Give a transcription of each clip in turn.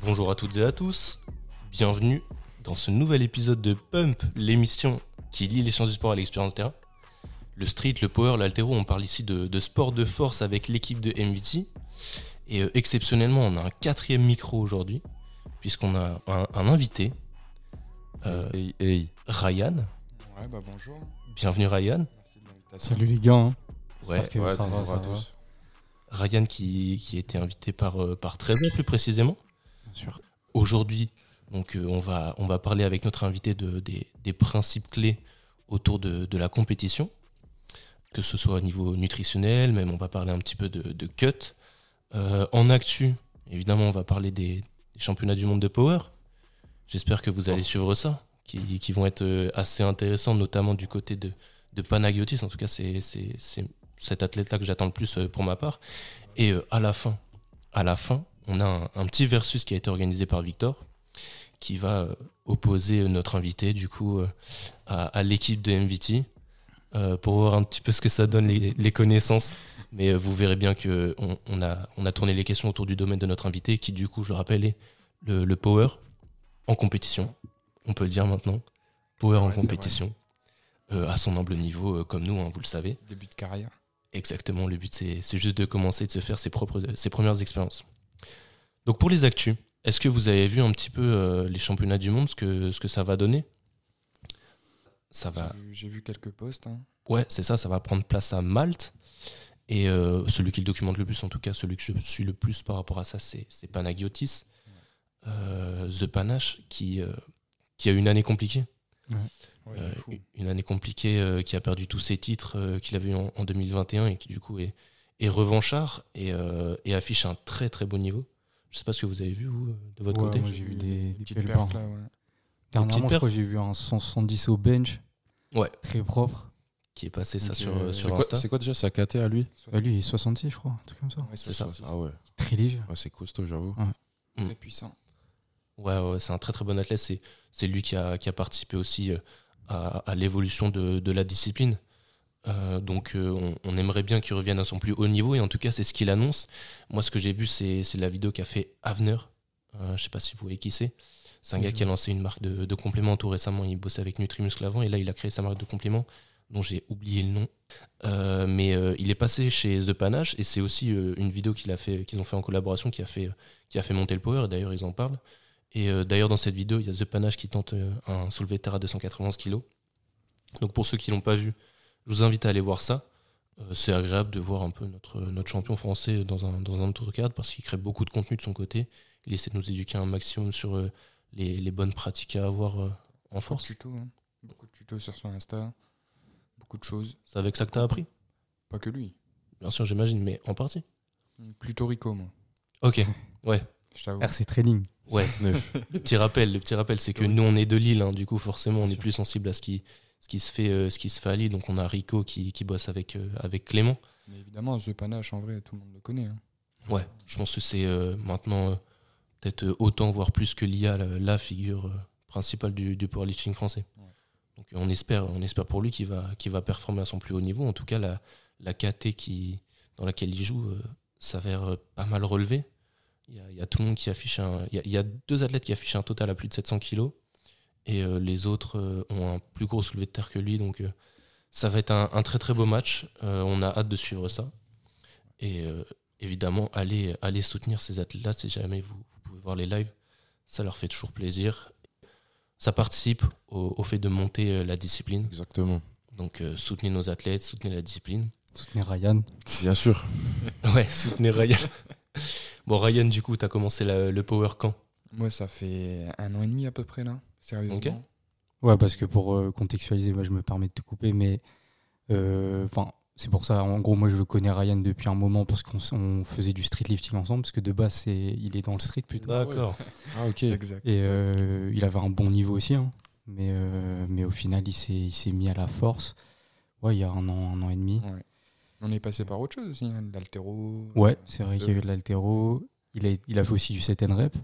Bonjour à toutes et à tous, bienvenue dans ce nouvel épisode de Pump, l'émission qui lie les sciences du sport à l'expérience de terrain. Le street, le power, l'altéro, on parle ici de, de sport de force avec l'équipe de MVT. Et euh, exceptionnellement, on a un quatrième micro aujourd'hui, puisqu'on a un, un invité, euh, Hey, hey. Ryan. Ouais, bah bonjour. Bienvenue Ryan. Merci de l'invitation. Salut les gars. hein. Ouais, Ok, ça va, bonjour ça à va. tous. Ryan qui, qui a été invité par, euh, par Trésor plus précisément. Bien sûr. Aujourd'hui, donc euh, on, va, on va parler avec notre invité de, des, des principes clés autour de, de la compétition, que ce soit au niveau nutritionnel, même on va parler un petit peu de, de cut. Euh, en actu, évidemment, on va parler des, des championnats du monde de power. J'espère que vous allez suivre ça, qui, qui vont être euh, assez intéressants, notamment du côté de, de Panagiotis. En tout cas, c'est c'est- c'est cet athlète-là que j'attends le plus euh, pour ma part. Et euh, à la fin, à la fin, on a un, un petit versus qui a été organisé par Victor, qui va euh, opposer notre invité du coup euh, à, à l'équipe de MVT euh, pour voir un petit peu ce que ça donne les, les connaissances. Mais euh, vous verrez bien que on, on a, on a tourné les questions autour du domaine de notre invité, qui du coup, je le rappelle, est le, le power en compétition. On peut le dire maintenant, power en Ouais, c'est compétition, euh, à son humble niveau, euh, comme nous, hein, vous le savez. Début de carrière. Exactement, le but c'est c'est juste de commencer, de se faire ses, propres, ses premières expériences. Donc pour les actus, est-ce que vous avez vu un petit peu euh, les championnats du monde, ce que, ce que ça va donner Ça va. J'ai vu- J'ai vu quelques posts. hein. Ouais, c'est ça, ça va prendre place à Malte. Et euh, celui qui le documente le plus, en tout cas, celui que je suis le plus par rapport à ça, c'est c'est Panagiotis, euh, The Panache, qui, euh, qui a eu une année compliquée. Ouais, Euh, il est fou. une année compliquée euh, qui a perdu tous ses titres euh, qu'il avait eu en, en 2021 et qui du coup est, est revanchard et, euh, et affiche un très très bon niveau. Je sais pas ce que vous avez vu vous de votre Ouais, côté. moi, j'ai vu des, des Petite belles perf, barres. là, ouais. petites Dernièrement, je perfs. crois que j'ai vu un 170 au bench. Ouais. Très propre. Qui est passé ça Donc, sur, euh, sur C'est quoi, Insta. c'est quoi déjà sa KT à lui Bah, lui, il est 66, je crois. Un truc comme ça. Ouais, C'est ça. 66. Ah ouais, Très léger. Ouais, c'est costaud, j'avoue. Très puissant. Ouais, ouais, c'est un très très bon athlète. C'est, c'est lui qui a, qui a participé aussi euh, à, à l'évolution de, de la discipline. Euh, donc euh, on, on aimerait bien qu'il revienne à son plus haut niveau et en tout cas c'est ce qu'il annonce. Moi ce que j'ai vu c'est, c'est la vidéo qu'a fait Avner. Euh, je sais pas si vous voyez qui c'est. C'est un Oui, gars je qui a lancé une marque de, de compléments tout récemment. Il bossait avec Nutrimuscle avant et là il a créé sa marque de compléments dont j'ai oublié le nom. Euh, mais euh, il est passé chez The Panache et c'est aussi euh, une vidéo qu'il a fait, qu'ils ont fait en collaboration qui a fait, qui a fait monter le power. Et D'ailleurs ils en parlent. Et euh, d'ailleurs, dans cette vidéo, il y a The Panache qui tente euh, un soulevé de terre à 291 kg. Donc pour ceux qui l'ont pas vu, je vous invite à aller voir ça. Euh, c'est agréable de voir un peu notre, notre champion français dans un, dans un autre cadre parce qu'il crée beaucoup de contenu de son côté. Il essaie de nous éduquer un maximum sur euh, les, les bonnes pratiques à avoir euh, en Beaucoup de force. tutos. hein. Beaucoup de tutos sur son Insta. Beaucoup de choses. C'est avec ça que tu as appris Pas que lui. Mm, Bien sûr, j'imagine, mais en partie. Plutôt Rico, moi. Ok, Je t'avoue. RC Training. ouais. Neuf. Le petit rappel, le petit rappel, c'est que Oui. nous on est de Lille, hein, du coup forcément on Bien est sûr. plus sensible à ce qui, ce qui se fait, euh, ce qui se fait à Lille. Donc on a Rico qui, qui bosse avec, euh, avec Clément. Mais évidemment, The Panache, en vrai, tout le monde le connaît. hein. Ouais, je pense que c'est euh, maintenant euh, peut-être euh, autant, voire plus que l'IA, la, la figure euh, principale du, du powerlifting français. Ouais. Donc euh, on espère, on espère pour lui qu'il va, qu'il va performer à son plus haut niveau. En tout cas, la, la KT qui, dans laquelle il joue euh, s'avère euh, pas mal relevée. Il y a, il y a tout le monde qui affiche un. Il y a- il y, a deux athlètes qui affichent un total à plus de 700 kilos. Et euh, les autres euh, ont un plus gros soulevé de terre que lui. Donc euh, ça va être un, un très très beau match. Euh, on a hâte de suivre ça. Et euh, évidemment, allez, allez soutenir ces athlètes-là si jamais vous, vous pouvez voir les lives. Ça leur fait toujours plaisir. Ça participe au, au fait de monter euh, la discipline. Exactement. Donc euh, soutenez nos athlètes, soutenez la discipline. Soutenir Ryan. Bien sûr. Ouais, soutenez Ryan. bon, Ryan, du coup, t'as commencé la- le Power Camp. Moi, ça fait un an et demi à peu près, là. Sérieusement. Ok. Ouais, parce que pour euh, contextualiser, moi, je me permets de te couper, mais. euh, Enfin, c'est pour ça. En gros, moi, je connais Ryan depuis un moment parce qu'on s- on faisait du street lifting ensemble. Parce que de base, c'est il est dans le street plutôt. D'accord. Ah, ok. Exact. Et euh, il avait un bon niveau aussi, hein. mais, euh, mais au final, il s'est, il s'est mis à la force. Ouais, il y a un an, un an et demi. Ouais. On est passé par autre chose aussi. hein, de L'altéro. Ouais, euh, c'est vrai ce- qu'il y avait de l'altéro. Il a, il a fait aussi du set and rep,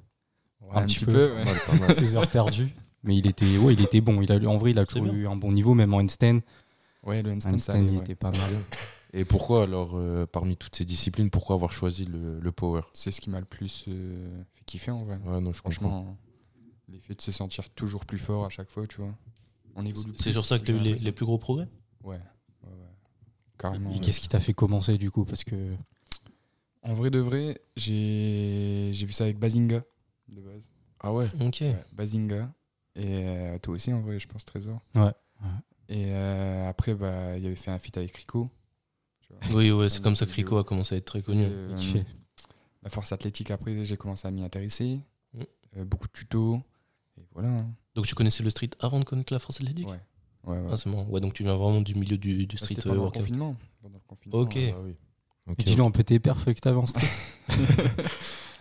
Ouais, un, petit peu. ouais. Pas mal, pas mal. 16 heures perdues. Mais il était, ouais, il était bon. Il a, en vrai, il a C'est toujours bien. eu un bon niveau, même en handstand. Ouais, le handstand, ça Handstand, allait, il ouais. était pas mal. Et pourquoi alors, euh, parmi toutes ces disciplines, pourquoi avoir choisi le, le power C'est ce qui m'a le plus euh, fait kiffer en vrai. Ouais, non, je comprends. Franchement, euh, l'effet de se sentir toujours plus fort à chaque fois, tu vois. On évolue C'est plus, sur ça que tu as j'ai eu les, l'impression. les plus gros progrès Ouais, ouais, ouais. Carrément. Et ouais. Euh, qu'est-ce qui t'a fait commencer du coup Parce que En vrai de vrai, j'ai j'ai vu ça avec Bazinga, de base. Ah ouais Ok. Ouais, Bazinga. Et euh, toi aussi, en vrai, je pense, Trésor. Ouais, ouais. Et euh, après, bah, il avait fait un feat avec Rico. tu vois. Oui, ouais, c'est comme ça que Rico a commencé à être très Et, connu. euh, il kiffait. la force athlétique, après, j'ai commencé à m'y intéresser. Mm. Euh, beaucoup de tutos. Et voilà. hein. Donc tu connaissais le street avant de connaître la force athlétique Ouais. Ouais, ouais. Ah, c'est marrant. Ouais, donc tu viens vraiment du milieu du, du Bah, street C'était euh, pendant le workout. confinement. Pendant le confinement, hein. Ok. ouais. Ah oui. Ok. Dis-nous un peu tes perfs que t'avais en stream.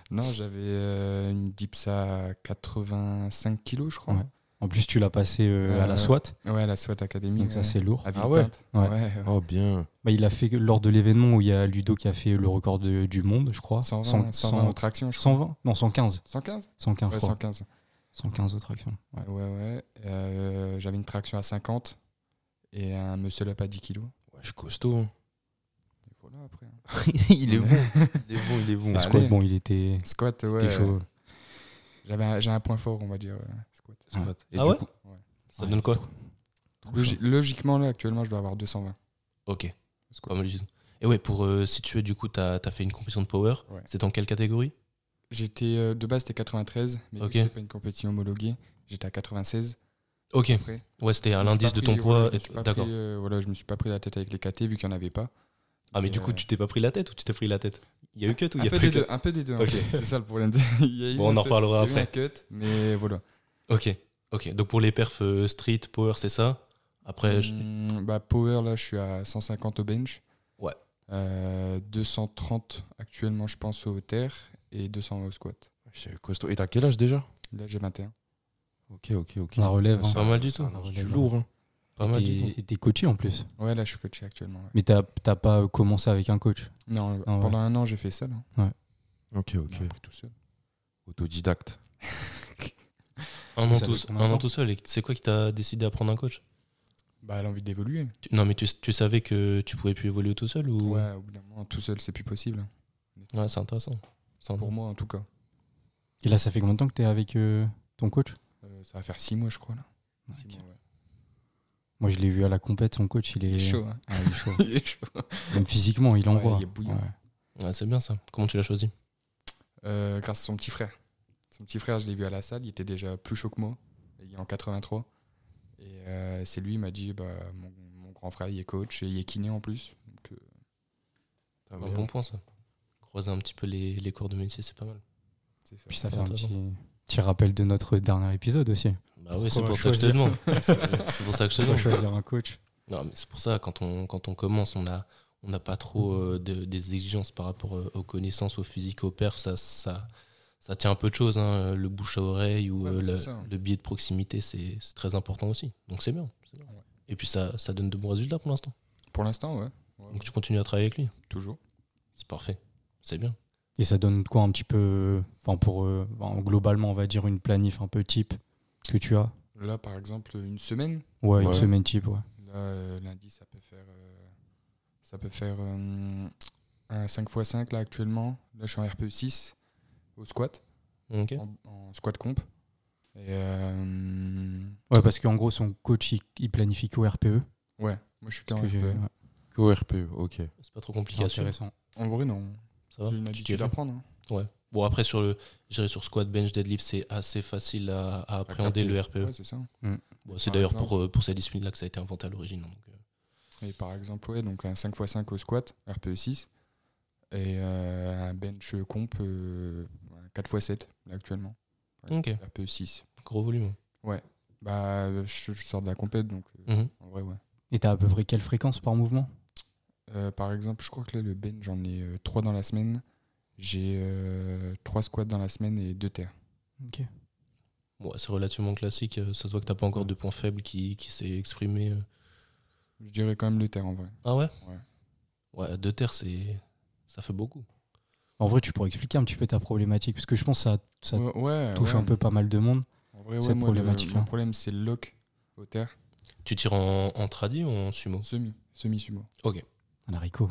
Non, j'avais euh, une dips à 85 kilos, je crois. Ouais, En plus, tu l'as passé euh, à Euh, la SWAT, la SWAT Academy. donc ça ouais. c'est lourd. À Ah ouais. Villepinte. Ouais. ouais. Oh bien. Bah, il a fait que lors de l'événement où il y a Ludo qui a fait le record de- du monde, je crois. 120, 120 Cent- cent- autres actions, je crois. 120 Non, 115. 115 115, Ouais, je crois. 115. 115 autres actions. Ouais. Ouais, ouais. Euh, J'avais une traction à 50 et un muscle up à 10 kilos. Ouais, je suis costaud. hein. Et voilà, après. hein. il est bon. Il est bon, il est bon. Le Ça squat, allait. bon, il était, Squat, il était ouais. chaud. J'avais un, j'ai un point fort, on va dire. ouais, squat. Squat. Et Ah du ouais coup- Ça Ouais, donne quoi Logi- logiquement, là, actuellement, je dois avoir 220. Ok. C'est Squat. pas mal du tout. Et ouais, pour euh, situer, du coup, t'as as fait une compétition de power. Ouais. C'était en quelle catégorie J'étais, euh, de base, c'était 93, mais Ok. vu que c'était pas une compétition homologuée. J'étais à 96. Ok. Après, Ouais, c'était à je me suis l'indice pas de ton pris- poids. voilà, je me suis pas D'accord. pris, euh, voilà, je me suis pas pris la tête avec les KT vu qu'il n'y en avait pas. Ah, mais du euh, coup, tu t'es pas pris la tête ou tu t'es pris la tête Il y a eu cut ou il y Un a peu, pas des eu cut deux, un peu des deux. en Ok. fait. C'est ça le problème. Il y a eu Bon, on un en peu- reparlera il y a eu un après. cut, mais voilà. Ok. Ok. Donc pour les perfs euh, street, power, c'est ça Après, je- Hmm. Hum, bah, Power, là, je suis à 150 au bench. Ouais. Euh, 230 actuellement, je pense, au terre et 200 au squat. C'est costaud. Et t'as quel âge déjà Là, j'ai 21. Ok, ok, ok. La relève. pas hein. mal du C'est tout. un ange du lourd. hein. Pas Et Ah, mal du tout. t'es- et t'es coaché en plus. Ouais, là, je suis coaché actuellement. ouais. Mais t'as t'as pas euh, commencé avec un coach. Non, euh, Ah ouais. pendant un an, j'ai fait seul. hein. Ok, ok. J'ai appris tout seul. Autodidacte. Un Ça an fait tout, combien de un an temps tout seul. Et c'est quoi qui t'a décidé à prendre un coach Bah, l'envie d'évoluer. Tu- Non, mais tu, tu savais que tu pouvais plus évoluer tout seul ou Ouais, au bout d'un moment, tout seul, c'est plus possible. hein. Ouais, c'est intéressant. C'est Pour intéressant. moi, en tout cas. Et là, ça fait combien de temps que t'es avec euh, ton coach Euh, ça va faire 6 mois, je crois. Là. Six Ok. mois, ouais. Moi, je l'ai vu à la compète, son coach, il est, Il est chaud. hein. Ah, il est chaud. Il est chaud. Même physiquement, il envoie. il est bouillant. Ouais, c'est bien ça. Comment tu l'as choisi Ah Euh, grâce à son petit frère. Son petit frère, je l'ai vu à la salle, il était déjà plus chaud que moi. Il est en 83. Et euh, c'est lui, il m'a dit bah, mon, mon grand frère, il est coach et il est kiné en plus. Donc, euh, Ah Un bah bon point ça. Croiser un petit peu les, les corps de métier, c'est pas mal. c'est ça. Puis ça C'est fait un intéressant. petit, petit rappel de notre dernier épisode aussi. Bah oui, c'est Pourquoi pour ça que je te choisir demande. C'est pour ça que je te Faut demande. choisir un coach. Non, mais c'est pour ça, quand on, quand on commence, on a on n'a pas trop Mhm. euh, de- des exigences par rapport euh, aux connaissances, aux physiques, aux perfs. Ça, ça, ça tient un peu de choses. hein. Le bouche à oreille ou Ouais, euh, mais c'est le, ça. le biais de proximité, c'est c'est très important aussi. Donc c'est bien. c'est bien. Ouais. Et puis ça, ça donne de bons résultats pour l'instant. Pour l'instant, ouais. Ouais, Donc tu continues à travailler avec lui. Toujours. C'est parfait. C'est bien. Et ça donne quoi un petit peu, enfin pour euh, enfin, globalement on va dire une planif un peu type que tu as. Là, par exemple, une semaine. Ouais, une Ouais. semaine type. Ouais. Là, euh, lundi, ça peut faire. euh, ça peut faire euh, un 5x5 là actuellement. Là, je suis en RPE6 au squat, Ok. en, en squat comp. Et. euh, Ouais, parce qu'en gros son coach il, il planifie qu'au RPE. ouais, E. moi, je suis qu'en E. que j'ai- RPE. ouais. Qu'au RPE, ok. C'est pas trop compliqué à suivre. Intéressant. En vrai, non. Ça va C'est une Tu t'y es habitude fait à prendre. hein. Bon, après, sur le, je dirais sur squat, bench, deadlift, c'est assez facile à, à appréhender le RPE. Ouais, c'est ça. Bon, c'est Par d'ailleurs exemple. pour, euh, pour cette discipline-là que ça a été inventé à l'origine. hein, donc, euh. Et par exemple, ouais, donc un 5x5 au squat, RPE6, et euh, un bench comp euh, un 4x7 là, actuellement, Ok, RPE6. gros volume. E Bah, euh, je, je sors de la compète, donc euh, Mhm. en vrai, ouais. Et t'as à peu près quelle fréquence par mouvement Euh, par exemple, je crois que là, le bench, j'en ai 3 dans la semaine. J'ai 3 squats dans la semaine et 2 terres. Ok. Ouais, c'est relativement classique. euh, Ça se voit que t'as pas encore de point faible qui, qui s'est exprimé. euh. Je dirais quand même le terre en vrai. Ah ouais Ouais. Ouais, deux terres, c'est... ça fait beaucoup. En vrai, tu pourrais expliquer un petit peu ta problématique parce que je pense que ça, ça Ouais, ouais, touche Ah ouais. un peu pas mal de monde. En vrai, ouais, cette moi, le- problématique-là. Mon problème, c'est le lock au terre, Tu tires en, en tradi ou en sumo semi, semi-sumo. Un haricot.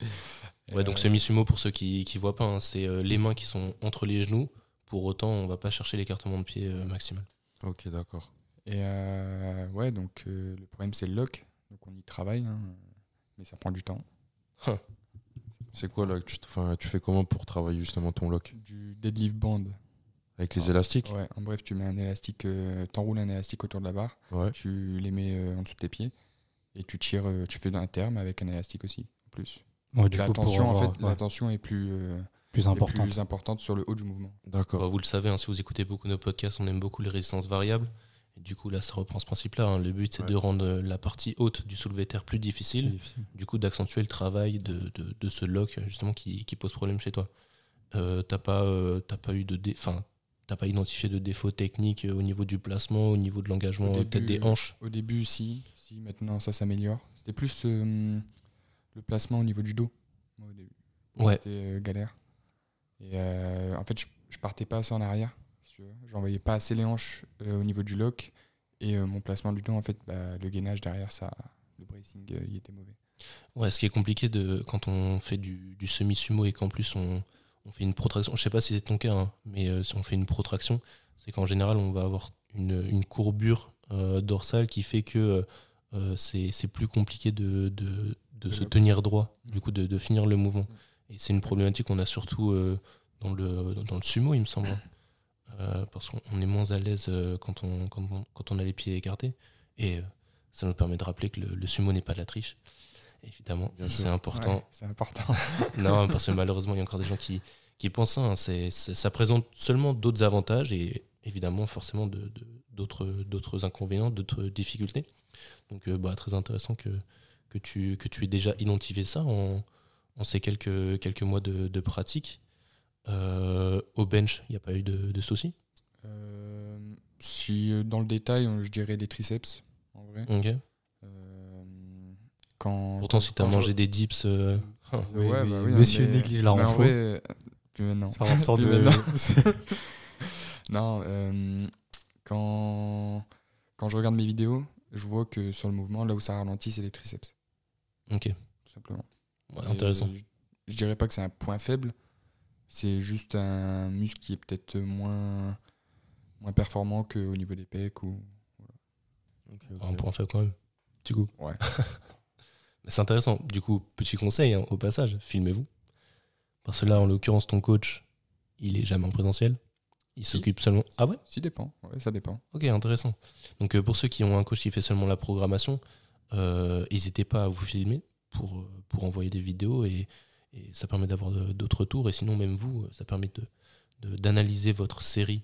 Ouais, Euh, donc semi-sumo, pour ceux qui ne voient pas, hein, c'est euh, les mains qui sont entre les genoux. Pour autant, on va pas chercher l'écartement de pied euh, maximal. Ok, d'accord. Et euh, ouais, donc euh, le problème c'est le lock. Donc on y travaille, hein, mais ça prend du temps. C'est quoi là que tu, te- enfin, tu fais comment pour travailler justement ton lock Du deadlift band. Avec les élastiques Ouais, en bref, tu mets un élastique, euh, t'enroules un élastique autour de la barre, Ouais. tu les mets euh, en dessous de tes pieds et tu tires, euh, tu fais un terme avec un élastique aussi. En plus, Ouais, du la coup, pour tension Bah, en avoir- fait, ouais, la tension est plus, euh, plus est importante. plus importante sur le haut du mouvement. Bah, D'accord. vous le savez, hein, si vous écoutez beaucoup nos podcasts, on aime beaucoup les résistances variables. Et du coup, là, ça reprend ce principe-là. hein. Le but, c'est Ouais. de rendre euh, la partie haute du soulevé terre plus difficile. Ah, du coup d'accentuer le travail de, de- de ce lock justement qui, qui pose problème chez toi. Euh, t'as pas euh, t'as pas eu de dé- enfin t'as pas identifié de défaut technique euh, au niveau du placement, au niveau de l'engagement, Au euh, début, peut-être des euh, hanches. Au début, si, si maintenant ça s'améliore. C'était plus euh, le placement au niveau du dos. Moi, au début. Ouais. C'était euh, galère. Et euh, en fait, je, je partais pas assez en arrière. si tu veux. J'envoyais pas assez les hanches euh, au niveau du lock. Et euh, mon placement du dos, en fait, bah, le gainage derrière, ça, le bracing, euh, il était mauvais. Ouais, ce qui est compliqué de quand on fait du, du semi-sumo et qu'en plus on, on fait une protraction, je sais pas si c'est ton cas, hein, mais euh, si on fait une protraction, c'est qu'en général on va avoir une, une courbure euh, dorsale qui fait que euh, c'est c'est plus compliqué de, de- de De se lock. tenir droit, du coup de, de finir le mouvement. Et c'est une Exact. problématique qu'on a surtout euh, dans, le, dans le sumo, il me semble. hein. Euh, parce qu'on on est moins à l'aise euh, quand, on, quand, on, quand on a les pieds écartés. Et euh, ça nous permet de rappeler que le, le sumo n'est pas de la triche. Évidemment, Bien sûr. c'est important. Ouais, c'est important. Non, parce que malheureusement, il y a encore des gens qui, qui pensent ça. hein. C'est- c'est- ça présente seulement d'autres avantages et évidemment, forcément, de- de- d'autres d'autres inconvénients, d'autres difficultés. Donc, euh, bah, très intéressant que, que, tu, que tu aies déjà identifié ça en, en ces quelques, quelques mois de, de pratique. Euh, au bench, il n'y a pas eu de, de soucis. Euh, si euh, dans le détail, on- je dirais des triceps, en vrai. Ok. Euh, quand, Pourtant, si tu as quand je- mangé des dips, euh, hein, Oui, Ouais, oui, bah oui, non, monsieur mais- néglige la mais en renfo. vrai, euh, Plus maintenant. C'est important Plus de- maintenant. non, euh, quand, quand je regarde mes vidéos, je vois que sur le mouvement, là où ça ralentit, c'est les triceps, ok. tout simplement. Ouais, Et, intéressant. euh, je- je dirais pas que c'est un point faible, c'est juste un muscle qui est peut-être moins, moins performant qu'au niveau des pecs ou Bah, On peut en faire quand même. Du coup. Ouais. c'est intéressant. Du coup, petit conseil hein, au passage, filmez-vous. Parce que là, en l'occurrence, ton coach, il est jamais en présentiel. Il s'occupe seulement. Ah ouais Si dépend, ouais, ça dépend. Ok, intéressant. Donc euh, pour ceux qui ont un coach qui fait seulement la programmation, euh, n'hésitez pas à vous filmer pour, euh, pour envoyer des vidéos et, et ça permet d'avoir de- d'autres retours. Et sinon, même vous, euh, ça permet de- de- d'analyser votre série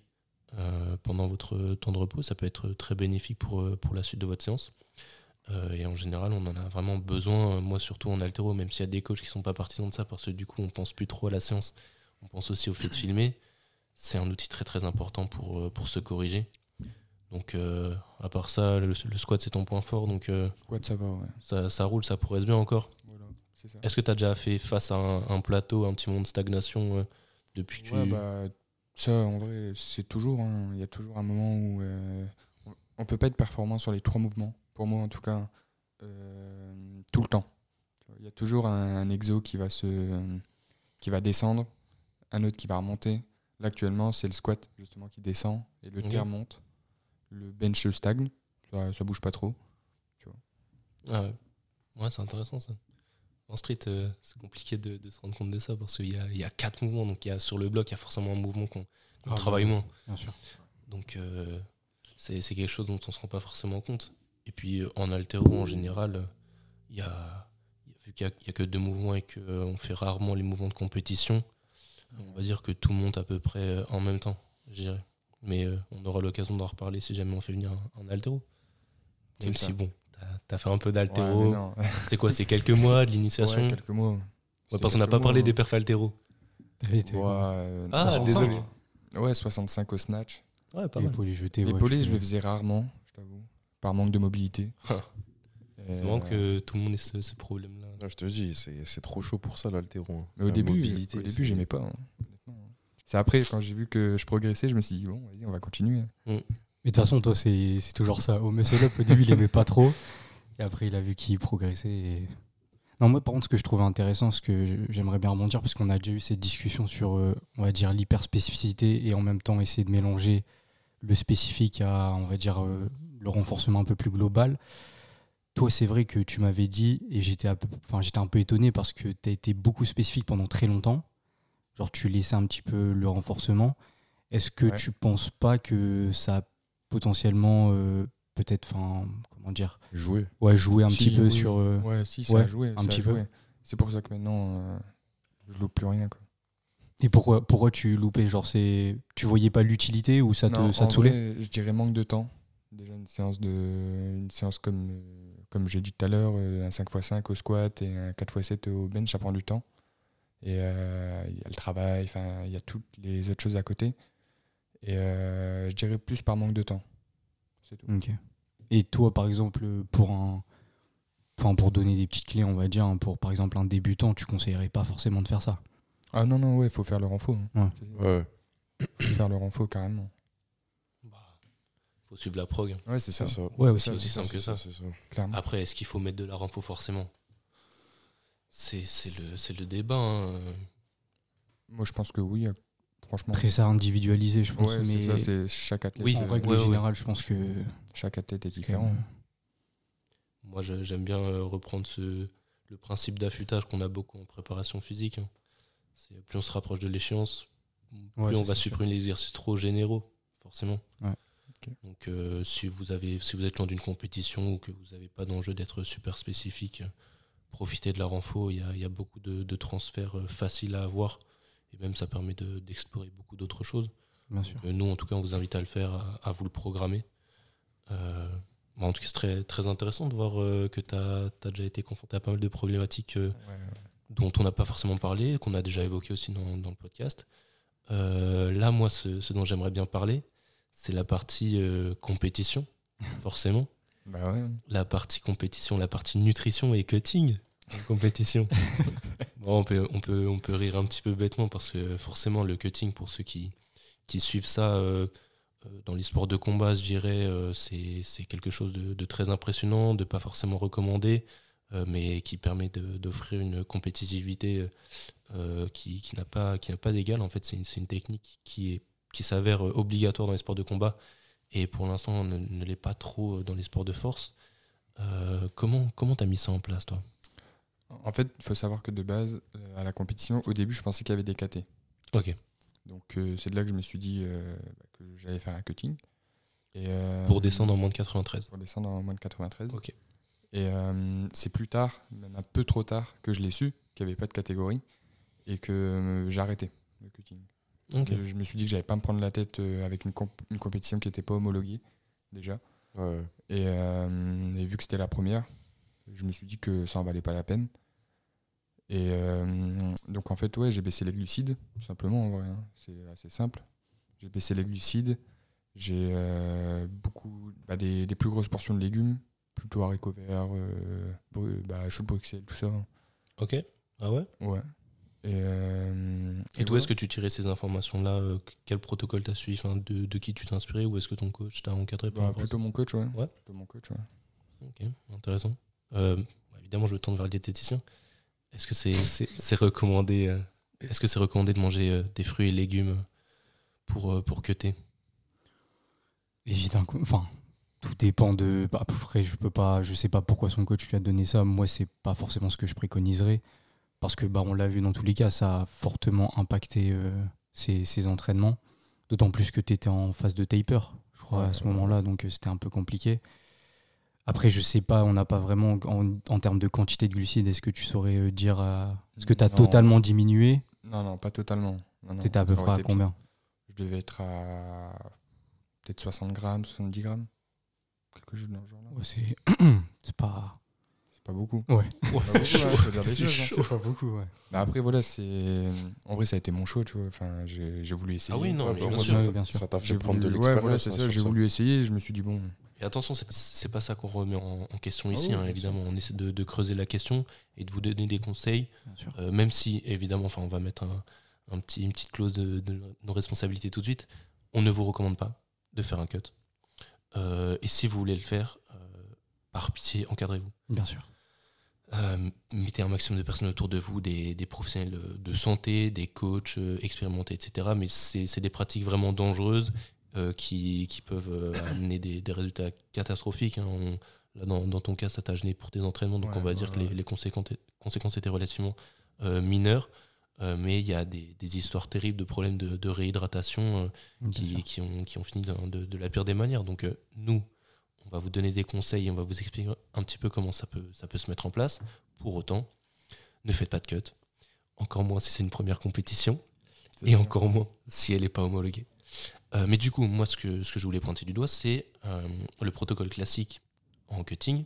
euh, pendant votre temps de repos. Ça peut être très bénéfique pour, euh, pour la suite de votre séance. Euh, et en général, on en a vraiment besoin, euh, moi surtout en altéro, même s'il y a des coachs qui sont pas partisans de ça, parce que du coup, on pense plus trop à la séance, on pense aussi au fait de filmer. C'est un outil très très important pour, euh, pour se corriger. Donc, euh, à part ça, le, le squat, c'est ton point fort, donc euh, Squat, ça va, ouais. ça, ça roule, ça progresse bien encore. Voilà, c'est ça. Est-ce que tu as déjà fait face à un, un plateau, un petit moment de stagnation euh, depuis que Ouais, tu. bah, ça, en vrai, c'est toujours. hein. Il y a toujours un moment où euh, on- on peut pas être performant sur les trois mouvements. Pour moi, en tout cas, euh, tout le temps. Il y a toujours un, un exo qui va se, qui va descendre, un autre qui va remonter. Là, actuellement, c'est le squat justement qui descend et le Ok. terre monte. Le bench stagne, ça, ça bouge pas trop. Ah ouais. Ouais, c'est intéressant ça. En street, euh, c'est compliqué de, de se rendre compte de ça parce qu'il y a, il y a quatre mouvements. Donc, il y a, sur le bloc, il y a forcément un mouvement qu'on qu'on Ah, travaille bah, moins. Bien sûr. Donc, euh, c'est c'est quelque chose dont on se rend pas forcément compte. Et puis, euh, en altéro, en général, euh, il y a, il y a- vu qu'il n'y a, que deux mouvements et qu'on fait rarement les mouvements de compétition, on va dire que tout monte à peu près euh, en même temps, je dirais. Mais euh, on aura l'occasion d'en reparler si jamais on fait venir un, un altéro. C'est Même ça. si, bon, t'as- t'as fait un peu Ouais, mais d'altéro. non. C'est quoi C'est quelques mois de Ouais, l'initiation quelques mots. Ouais, Parce qu'on n'a pas parlé des perfs altéro. T'avais été- Ah, désolé. Ouais, 65 au snatch. Ouais, pas les mal. polis jetés. Les ouais, polés, tu- je le faisais rarement, je t'avoue, par manque de mobilité. C'est Euh, marrant que tout le monde ait ce, ce problème-là. Ah, je te dis, c'est c'est trop chaud pour ça l'altéro. hein. Mais au La début, mobilité, au c'est- début, j'aimais pas. hein, honnêtement, hein. C'est après, quand j'ai vu que je progressais, je me suis dit, bon, vas-y, on va continuer. hein. Mais de toute façon, toi, c'est c'est toujours ça. Au muscle up, au début, il aimait pas trop. Et après, il a vu qu'il progressait. et- Non, moi, par contre, ce que je trouvais intéressant, ce que je- j'aimerais bien rebondir, parce qu'on a déjà eu cette discussion sur, euh, on va dire, l'hyperspécificité et en même temps essayer de mélanger le spécifique à, on va dire, euh, le renforcement un peu plus global. Toi, c'est vrai que tu m'avais dit, et j'étais à peu- enfin, j'étais un peu étonné parce que tu as été beaucoup spécifique pendant très longtemps. Genre, tu laissais un petit peu le renforcement. Est-ce que Ouais. tu penses pas que ça a potentiellement, euh, peut-être, enfin, comment dire, Jouer. ouais, jouer un Si, petit peu oui, sur. euh, Ouais, si, ça ouais, a joué. ça a petit peu. joué. C'est pour ça que maintenant, euh, je loupe plus rien. Quoi. Et pourquoi, pourquoi tu loupais Genre, c'est tu voyais pas l'utilité ou ça te, Non, ça te en saoulait vrai, Je dirais manque de temps. Déjà une séance de une séance comme euh, comme j'ai dit tout à l'heure, euh, un 5x5 au squat et un 4x7 au bench, ça prend du temps. Et euh, il y a le travail, enfin il y a toutes les autres choses à côté. Et euh, je dirais plus par manque de temps. C'est tout. Ok. Et toi, par exemple, pour un. Enfin, pour donner des petites clés, on va dire, hein, pour par exemple un débutant, tu conseillerais pas forcément de faire ça. Ah non non ouais, faut faire le renfort. hein. Ouais. Faut faire le renfort carrément. Bah, faut suivre la prog. Ouais c'est ça. C'est ça. Ouais, C'est Ça, Mm. aussi c'est simple que ça. C'est ça. Clairement. Après, est-ce qu'il faut mettre de la renfo forcément C'est c'est le, c'est le débat. hein. Moi je pense que oui. euh, Franchement. Après, ça individualisé, je pense. Ouais, c'est mais ça, c'est chaque athlète. Oui, en euh, règle Ouais, ouais. générale, je pense que. chaque athlète est différent. Moi, je- j'aime bien euh, reprendre ce, le principe d'affûtage qu'on a beaucoup en préparation physique. hein. C'est Plus on se rapproche de l'échéance, plus Ouais, ça, on va c'est sûr. supprimer les exercices trop généraux, forcément. Ouais. Ok. Donc, euh, si, vous avez, si vous êtes loin d'une compétition ou que vous n'avez pas d'enjeu d'être super spécifique, euh, profitez de la renfo. Il y a, il y a beaucoup de, de transferts euh, faciles à avoir. Et même, ça permet de- d'explorer beaucoup d'autres choses. Bien sûr. Euh, Nous, en tout cas, on vous invite à le faire, à, à vous le programmer. Euh, bah, en tout cas, c'est très, très intéressant de voir euh, que tu as, déjà été confronté à pas mal de problématiques euh, Ouais, ouais. dont on n'a pas forcément parlé, qu'on a déjà évoqué aussi dans, dans le podcast. Euh, là, moi, ce, ce dont j'aimerais bien parler, c'est la partie euh, compétition, forcément. Bah ouais. La partie compétition, la partie nutrition et cutting en compétition. Bon, on, peut, on, peut, on peut rire un petit peu bêtement parce que euh, forcément, le cutting, pour ceux qui, qui suivent ça euh, euh, dans les sports de combat, je dirais, euh, c'est c'est quelque chose de, de très impressionnant, de pas forcément recommandé, euh, mais qui permet de- d'offrir une compétitivité euh, qui, qui n'a pas, qui n'a pas d'égal. En fait, c'est une, c'est une technique qui est- qui s'avère euh, obligatoire dans les sports de combat et pour l'instant, on ne, ne l'est pas trop euh, dans les sports de force. Euh, comment comment t'as mis ça en place, toi En fait, il faut savoir que de base, euh, à la compétition, au début, je pensais qu'il y avait des KT. Ok. Donc euh, c'est de là que je me suis dit euh, bah, que j'allais faire un cutting. Et, euh, Pour descendre en moins de 93. Pour descendre en moins de 93. Ok. Et euh, c'est plus tard, même un peu trop tard, que je l'ai su, qu'il n'y avait pas de catégorie, et que euh, j'ai arrêté le cutting. Ok. Euh, Je me suis dit que j'allais pas me prendre la tête euh, avec une, comp- une compétition qui n'était pas homologuée, déjà. Ouais. Et, euh, et vu que c'était la première, je me suis dit que ça en valait pas la peine. Et euh, donc en fait, ouais, j'ai baissé les glucides, tout simplement en vrai. hein. C'est assez simple. J'ai baissé les glucides, j'ai euh, beaucoup bah, des, des plus grosses portions de légumes, plutôt haricots verts, euh, bru- bah, choux de Bruxelles, tout ça. hein. Ok. Ah ouais Ouais. Et, euh, Et d'où voilà. est-ce que tu tirais ces informations-là euh, qu- Quel protocole t'as suivi Enfin, de, de qui tu t'es inspiré Ou est-ce que ton coach t'a encadré par Bah, rapport à Plutôt mon coach, ouais. Ouais. Plutôt mon coach, ouais. ça Ok, intéressant. Euh, bah, évidemment, je me tourne vers le diététicien. Est-ce que c'est c'est- c'est recommandé euh, Est-ce que c'est recommandé de manger euh, des fruits et légumes pour, euh, pour cutter Évidemment. Enfin, tout dépend de. Bah, après, je peux pas. Je sais pas pourquoi son coach lui a donné ça. Moi, c'est pas forcément ce que je préconiserais. Parce que, bah, on l'a vu dans tous les cas, ça a fortement impacté euh, ses, ses entraînements. D'autant plus que tu étais en phase de taper, je crois, Ouais, à ce ouais, moment-là. Donc, euh, c'était un peu compliqué. Après, je sais pas, on n'a pas vraiment. En, en termes de quantité de glucides, est-ce que tu saurais euh, dire. à- Est-ce que tu as Non. totalement diminué Non, non, pas totalement. Non, non, Tu étais à peu ça aurait près à été pire. combien Je devais être à peut-être 60 grammes, 70 grammes. Quelque chose dans le genre là. Ouais, C'est c'est pas. C'est pas beaucoup. Ouais. Ah C'est pas beaucoup, hein, faut dire des choses, hein. pas beaucoup, ouais. Mais après, voilà, c'est. En vrai, ça a été mon choix, tu vois. Enfin, j'ai j'ai voulu essayer. Ah oui, non, Ouais, mais bah, bien moi, sûr. ça- Ouais, bien sûr. Ça t'a J'ai fait prendre de voulu- l'expérience. Ouais, voilà, c'est hein, ça. J'ai sur voulu essayer. et Je me suis dit, bon. Et attention, c'est pas, c'est pas ça qu'on remet en, en question Ah ici, oui, hein, bien sûr. évidemment. On essaie de, de creuser la question et de vous donner des conseils, Bien sûr. euh, même si, évidemment, enfin, on va mettre un, un petit, une petite clause de, de nos responsabilités tout de suite. On ne vous recommande pas de faire un cut. Euh, et si vous voulez le faire, euh, par pitié, encadrez-vous. Bien sûr. Euh, mettez un maximum de personnes autour de vous, des, des professionnels de santé, des coachs euh, expérimentés, etc. Mais c'est c'est des pratiques vraiment dangereuses euh, qui, qui peuvent euh, amener des, des résultats catastrophiques. hein. On- là, dans, dans ton cas, ça t'a gêné pour tes entraînements, donc Ouais, on va ouais, dire que les, ouais. les conséquences, conséquences étaient relativement euh, mineures. Euh, mais il y a des, des histoires terribles de problèmes de, de réhydratation euh, Bien qui, sûr. qui ont, qui ont fini dans- de, de la pire des manières. Donc euh, nous, on va vous donner des conseils, on va vous expliquer un petit peu comment ça peut, ça peut se mettre en place. Pour autant, ne faites pas de cut. Encore moins si c'est une première compétition, C'est et ça. encore moins si elle n'est pas homologuée. Euh, mais du coup, moi, ce que, ce que je voulais pointer du doigt, c'est euh, le protocole classique en cutting.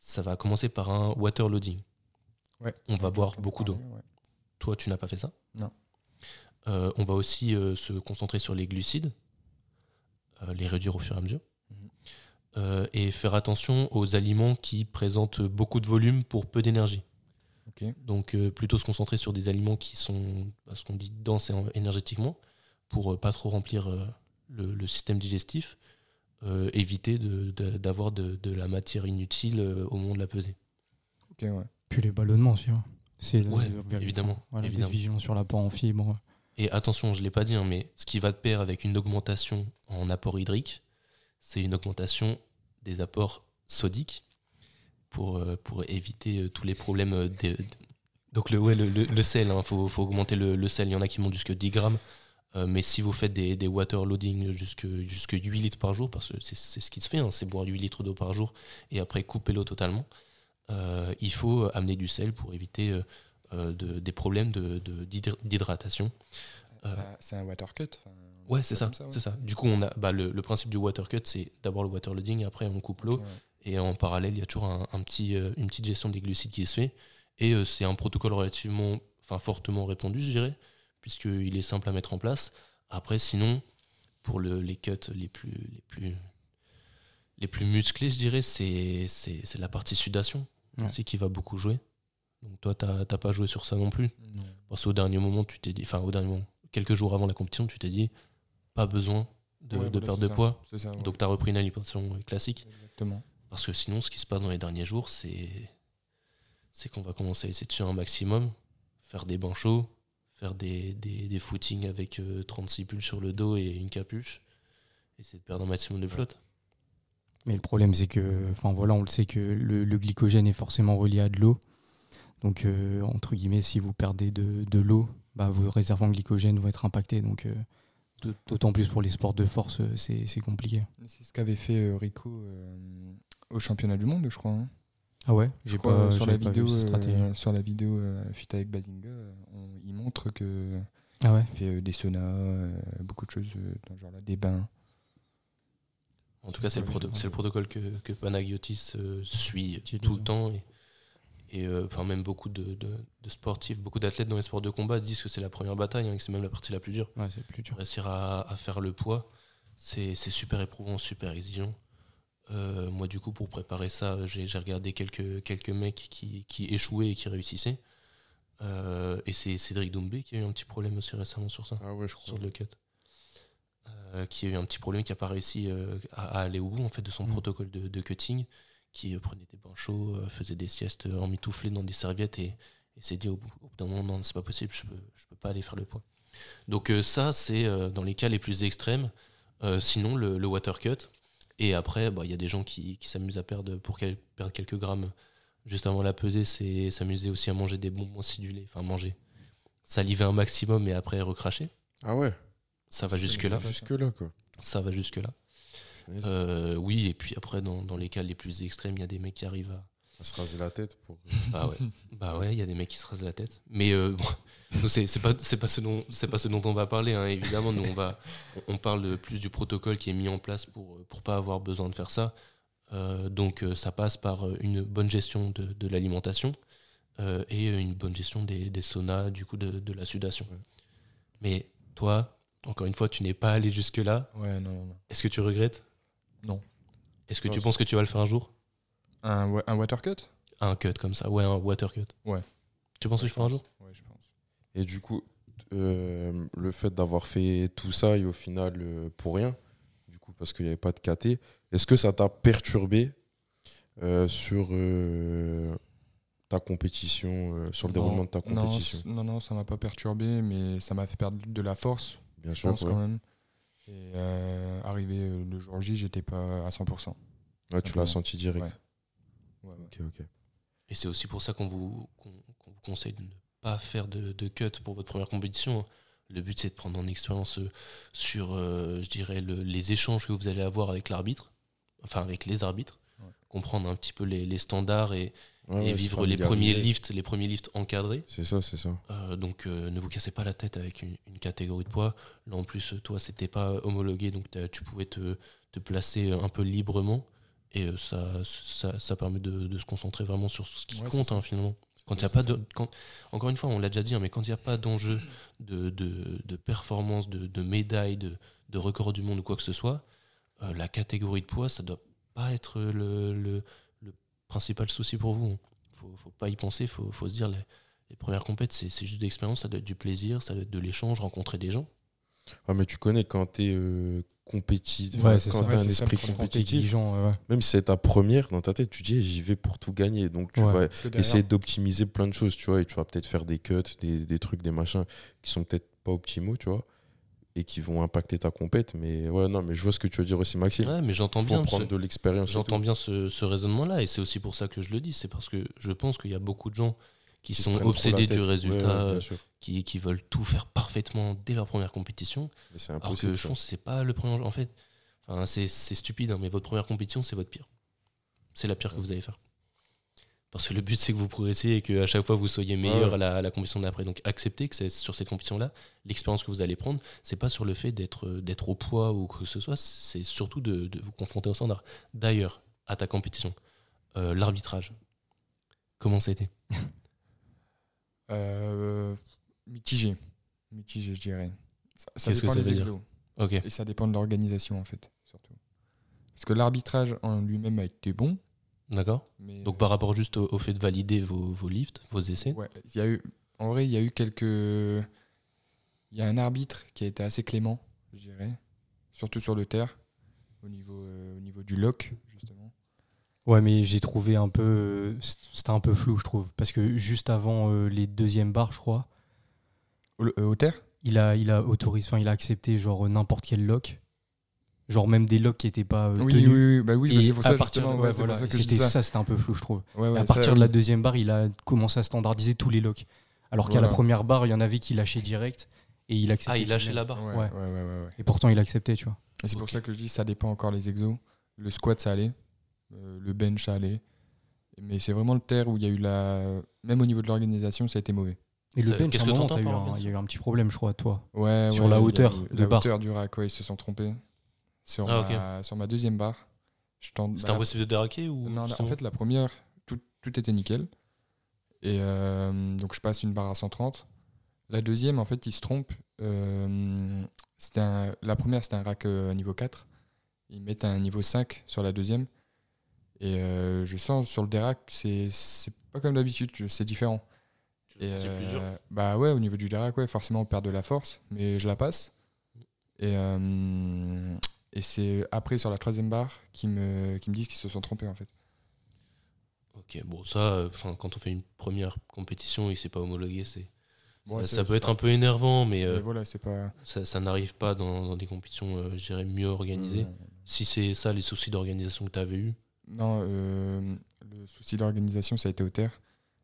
Ça va commencer par un water loading. Ouais. On va Ouais, boire je peux beaucoup d'eau. parler, ouais. Toi, tu n'as pas fait ça Non. Euh, on va aussi euh, se concentrer sur les glucides, euh, les réduire au fur et à mesure. Mhm. Euh, et faire attention aux aliments qui présentent beaucoup de volume pour peu d'énergie. Ok. Donc euh, plutôt se concentrer sur des aliments qui sont, bah, ce qu'on dit, denses et en- énergétiquement, pour euh, pas trop remplir euh, le, le système digestif, euh, éviter de- de- d'avoir de, de la matière inutile euh, au moment de la pesée. Ok, ouais. Puis les ballonnements aussi. hein. C'est Ouais, la- la- évidemment, Voilà, d'être évidemment. vigilant sur l'apport en fibres. Et attention, je ne l'ai pas dit, hein, mais ce qui va de pair avec une augmentation en apport hydrique, c'est une augmentation des apports sodiques pour, euh, pour éviter euh, tous les problèmes. euh, des- de- Donc le, ouais, le, le- le sel, il faut, faut augmenter le, le sel, il y en a qui montent jusque 10 grammes. Euh, mais si vous faites des, des water loading jusque, jusque 8 litres par jour, parce que c'est c'est ce qui se fait, hein, c'est boire 8 litres d'eau par jour et après couper l'eau totalement, euh, il faut amener du sel pour éviter euh, euh, de- des problèmes de- de- d'hydr- d'hydratation. Euh. C'est un- C'est un water cut. enfin, Ouais, c'est ça, comme ouais. c'est ça. Du coup, on a bah, le, le principe du water cut, c'est d'abord le water loading, et après on coupe l'eau, Ok, ouais. et en parallèle, il y a toujours un, un petit, euh, une petite gestion des glucides qui se fait, et euh, c'est un protocole relativement, enfin fortement répandu, je dirais, puisqu'il est simple à mettre en place. Après, sinon, pour le- les cuts les plus, les plus, les plus musclés, je dirais, c'est c'est c'est la partie sudation Ouais. aussi qui va beaucoup jouer. Donc toi, t'as t'as pas joué sur ça non plus. Non. Parce qu'au dernier moment, tu t'es dit, enfin au dernier moment, quelques jours avant la compétition, tu t'es dit, pas besoin de, Ouais, de voilà, perdre c'est de ça. poids. C'est ça. ouais. Donc tu as repris une alimentation euh, classique. Exactement. Parce que sinon, ce qui se passe dans les derniers jours, c'est c'est qu'on va commencer à essayer de tuer un maximum, faire des bains chauds, faire des, des, des footings avec euh, 36 pulls sur le dos et une capuche, essayer de perdre un maximum de flotte. Mais le problème, c'est que, enfin voilà, on le sait que le, le glycogène est forcément relié à de l'eau. Donc, euh, entre guillemets, si vous perdez de, de l'eau, bah, vos réserves en glycogène vont être impactées. Donc, euh, d'aut- d'autant plus pour les sports de force, euh, c'est c'est compliqué. C'est ce qu'avait fait euh, Rico euh, au championnat du monde, je crois. hein. Ah ouais Je J'ai crois, pas, euh, sur, la j'avais pas vidéo, vu cette stratégie. euh, sur la vidéo euh, fit avec Bazinga, euh, on- il montre que Ah ouais il fait euh, des saunas, euh, beaucoup de choses euh, dans ce genre-là, des bains. En tout cas, c'est le, proto- c'est le protocole que, que Panagiotis euh, suit tout le temps. Et, et, euh, enfin, même beaucoup de, de- de sportifs, beaucoup d'athlètes dans les sports de combat disent que c'est la première bataille hein, et que c'est même la partie la plus dure. Ouais, c'est plus dur. Réussir à, à faire le poids, c'est c'est super éprouvant, super exigeant. Euh, moi, du coup, pour préparer ça, j'ai j'ai regardé quelques, quelques mecs qui, qui échouaient et qui réussissaient. Euh, et c'est Cédric Doumbé qui a eu un petit problème aussi récemment sur ça Ah ouais, je crois. sur le cut. Euh, qui a eu un petit problème, qui n'a pas réussi euh, à, à aller au bout en fait, de son Mm. protocole de, de cutting, qui euh, prenait des bains chauds, euh, faisait des siestes euh, emmitouflées dans des serviettes et, et s'est dit au bout, au bout d'un moment, non, c'est pas possible, je peux, je peux pas aller faire le poids. Donc euh, ça, c'est euh, dans les cas les plus extrêmes. Euh, sinon, le, le water cut. Et après, bah, il y a des gens qui, qui s'amusent à perdre pour quel- perdre quelques grammes juste avant la pesée, c'est s'amuser aussi à manger des bonbons acidulés, enfin manger, saliver un maximum et après recracher Ah ouais ça va jusque là C'est Jusque-là, quoi. ça va jusque là Euh, oui et puis après dans, dans les cas les plus extrêmes il y a des mecs qui arrivent à On se raser la tête pour. bah ouais bah ouais il y a des mecs qui se rasent la tête mais euh, bon, nous, c'est c'est pas c'est pas ce dont c'est pas ce dont on va parler hein, évidemment nous on va on parle de- plus du protocole qui est mis en place pour euh, pour pas avoir besoin de faire ça Euh, donc euh, ça passe par euh, une bonne gestion de, de l'alimentation euh, et euh, une bonne gestion des, des saunas du coup de, de la sudation Ouais. mais toi encore une fois tu n'es pas allé jusque là Ouais, non, non, non. Est-ce que tu regrettes Non. Est-ce que Non, tu c'est- penses que tu vas le faire un jour Un, wa- un water cut Un cut comme ça, ouais, un water cut. Ouais. Tu penses que je ferai un jour Ouais, je pense. Et du coup, euh, le fait d'avoir fait tout ça et au final euh, pour rien, du coup parce qu'il n'y avait pas de KT, est-ce que ça t'a perturbé euh, sur euh, ta compétition, euh, sur le Non, déroulement de ta non, compétition. c- Non, non, ça m'a pas perturbé, mais ça m'a fait perdre de la force, Bien je sûr. pense, ouais. quand même. Et euh, arrivé euh, le jour J, j'étais pas à 100%. Ouais, Ah, tu l'as simplement. senti direct. Ouais, ouais. Ok, ok. Et c'est aussi pour ça qu'on vous, qu'on qu'on vous conseille de ne pas faire de, de cut pour votre première compétition. hein. Le but, c'est de prendre en expérience euh, sur, euh, je dirais, le- les échanges que vous allez avoir avec l'arbitre, enfin avec les arbitres, Ouais. comprendre un petit peu les, les standards et, Ouais, ouais, et se vivre les familiariser. premiers lifts, les premiers lifts encadrés. C'est ça, c'est ça. Euh, donc, euh, ne vous cassez pas la tête avec une, une catégorie de poids. Là, en plus, euh, toi, c'était pas homologué, donc t'as- tu pouvais te, te placer euh, un peu librement. Et euh, ça, ça, ça permet de, de se concentrer vraiment sur ce qui Ouais, c'est compte, ça. hein, finalement. Quand il C'est y a ça, pas c'est de, quand, encore une fois, on l'a déjà dit, hein, mais quand il n'y a pas d'enjeu de, de, de performance, de, de médaille, de, de record du monde ou quoi que ce soit, euh, la catégorie de poids, ça doit pas être le, le, le principal souci pour vous. hein. Faut, faut pas y penser, faut, faut se dire, les, les premières compètes, c'est c'est juste de l'expérience, ça doit être du plaisir, ça doit être de l'échange, rencontrer des gens. Ouais, mais tu connais quand t'es euh, compétitif, Ouais, enfin, c'est quand ça. t'as Ouais, un c'est ça, esprit quand t'es Quand t'es compétitif, exigeant, ouais, ouais. même si c'est ta première, dans ta tête, tu dis eh, j'y vais pour tout gagner. Donc tu Ouais. vas Parce que derrière- essayer d'optimiser plein de choses, tu vois, et tu vas peut-être faire des cuts, des, des trucs, des machins qui sont peut-être pas optimaux, tu vois, et qui vont impacter ta compète. Mais ouais, non, mais je vois ce que tu veux dire aussi, Maxime. Ouais, mais j'entends Il bien. faut parce- prendre de l'expérience. et J'entends tout. bien ce, ce raisonnement-là, et c'est aussi pour ça que je le dis. C'est parce que je pense qu'il y a beaucoup de gens qui Ils se sont prennent trop la obsédés tête. du Ouais, résultat, ouais, bien sûr. qui, qui veulent tout faire parfaitement dès leur première compétition, Mais c'est alors que impossible. je ça. pense que c'est pas le premier. En fait, enfin, c'est c'est stupide, hein, mais votre première compétition, c'est votre pire. C'est la pire que vous allez faire. Parce que le but, c'est que vous progressiez et qu'à chaque fois, vous soyez meilleur Ouais. à, la, à la compétition d'après. Donc, acceptez que c'est sur cette compétition-là, l'expérience que vous allez prendre, c'est pas sur le fait d'être d'être au poids ou que ce soit, c'est surtout de, de vous confronter au standard. D'ailleurs, à ta compétition, euh, l'arbitrage, comment c'était Euh, mitigé. Mitigé, je dirais. Ça, ça Qu'est-ce que dépend ça des veut dire exos. Ok. Et ça dépend de l'organisation, en fait, surtout. Parce que l'arbitrage en lui-même a été bon, D'accord mais... euh, Donc, par rapport juste au, au fait de valider vos, vos lifts, vos essais, Ouais, il y a eu, en vrai, il y a eu quelques. Il y a un arbitre qui a été assez clément, je dirais, surtout sur le terre, au niveau, euh, au niveau du lock, justement. Ouais, mais j'ai trouvé un peu. euh, c- C'était un peu flou, je trouve. Parce que juste avant euh, les deuxièmes barres, je crois, Au, euh, au terre il a, il a autorisé, enfin, il a accepté genre euh, n'importe quel lock. Genre même des locks qui n'étaient pas euh, Oui, oui, tenus. oui, bah oui, bah Et c'est pour à ça, partir, justement, ouais, ouais, c'est voilà, pour ça que je c'était dis ça, ça. c'était un peu flou, je trouve. Ouais, ouais, à ça, partir de la deuxième barre, il a commencé à standardiser tous les locks. Alors qu'à Voilà. la première barre, il y en avait qui lâchaient direct et il acceptait. Ah, il lâchait tout de la même. barre. Ouais, Ouais. ouais, ouais, ouais, ouais. Et pourtant, il acceptait, tu vois. Et c'est pour Ok. ça que je dis ça dépend encore les exos. Le squat, ça allait. Euh, le bench, ça allait. Mais c'est vraiment le terre où il y a eu la. Même au niveau de l'organisation, ça a été mauvais. Et le Ça- bench, qu'est-ce à un que moment, t'entends t'as eu par un- bench il y a eu un petit problème, je crois, toi. Ouais, Sur ouais, la il y a hauteur eu- de la barre. hauteur du rack, ouais, ils se sont trompés. Sur, Ah, ma, sur ma deuxième barre, je tente. C'était bah, la- impossible de déraquer ou non, la- en justement fait, la première, tout, tout était nickel. Et euh, donc, je passe une barre à 130. La deuxième, en fait, ils se trompent. Euh, c'était un- la première, c'était un rack euh, niveau 4. Ils mettent un niveau 5 sur la deuxième. Et euh, je sens sur le dérac, c'est c'est pas comme d'habitude, je- c'est différent. Tu l'as Et, senti plus dur euh, Bah ouais, au niveau du Darak, ouais, forcément on perd de la force, mais je la passe. Et, euh, et c'est après sur la troisième barre qu'ils me, qu'ils me disent qu'ils se sont trompés en fait. Ok, bon, ça, euh, 'fin, quand on fait une première compétition et que c'est pas homologué, c'est. Bon, ça, c'est- ça peut c'est être un peu énervant, mais euh, Mais voilà, c'est pas. ça, ça n'arrive pas dans, dans des compétitions, euh, je dirais, mieux organisées. Si c'est ça les soucis d'organisation que tu avais eu, Non, euh, le souci d'organisation, ça a été au terre.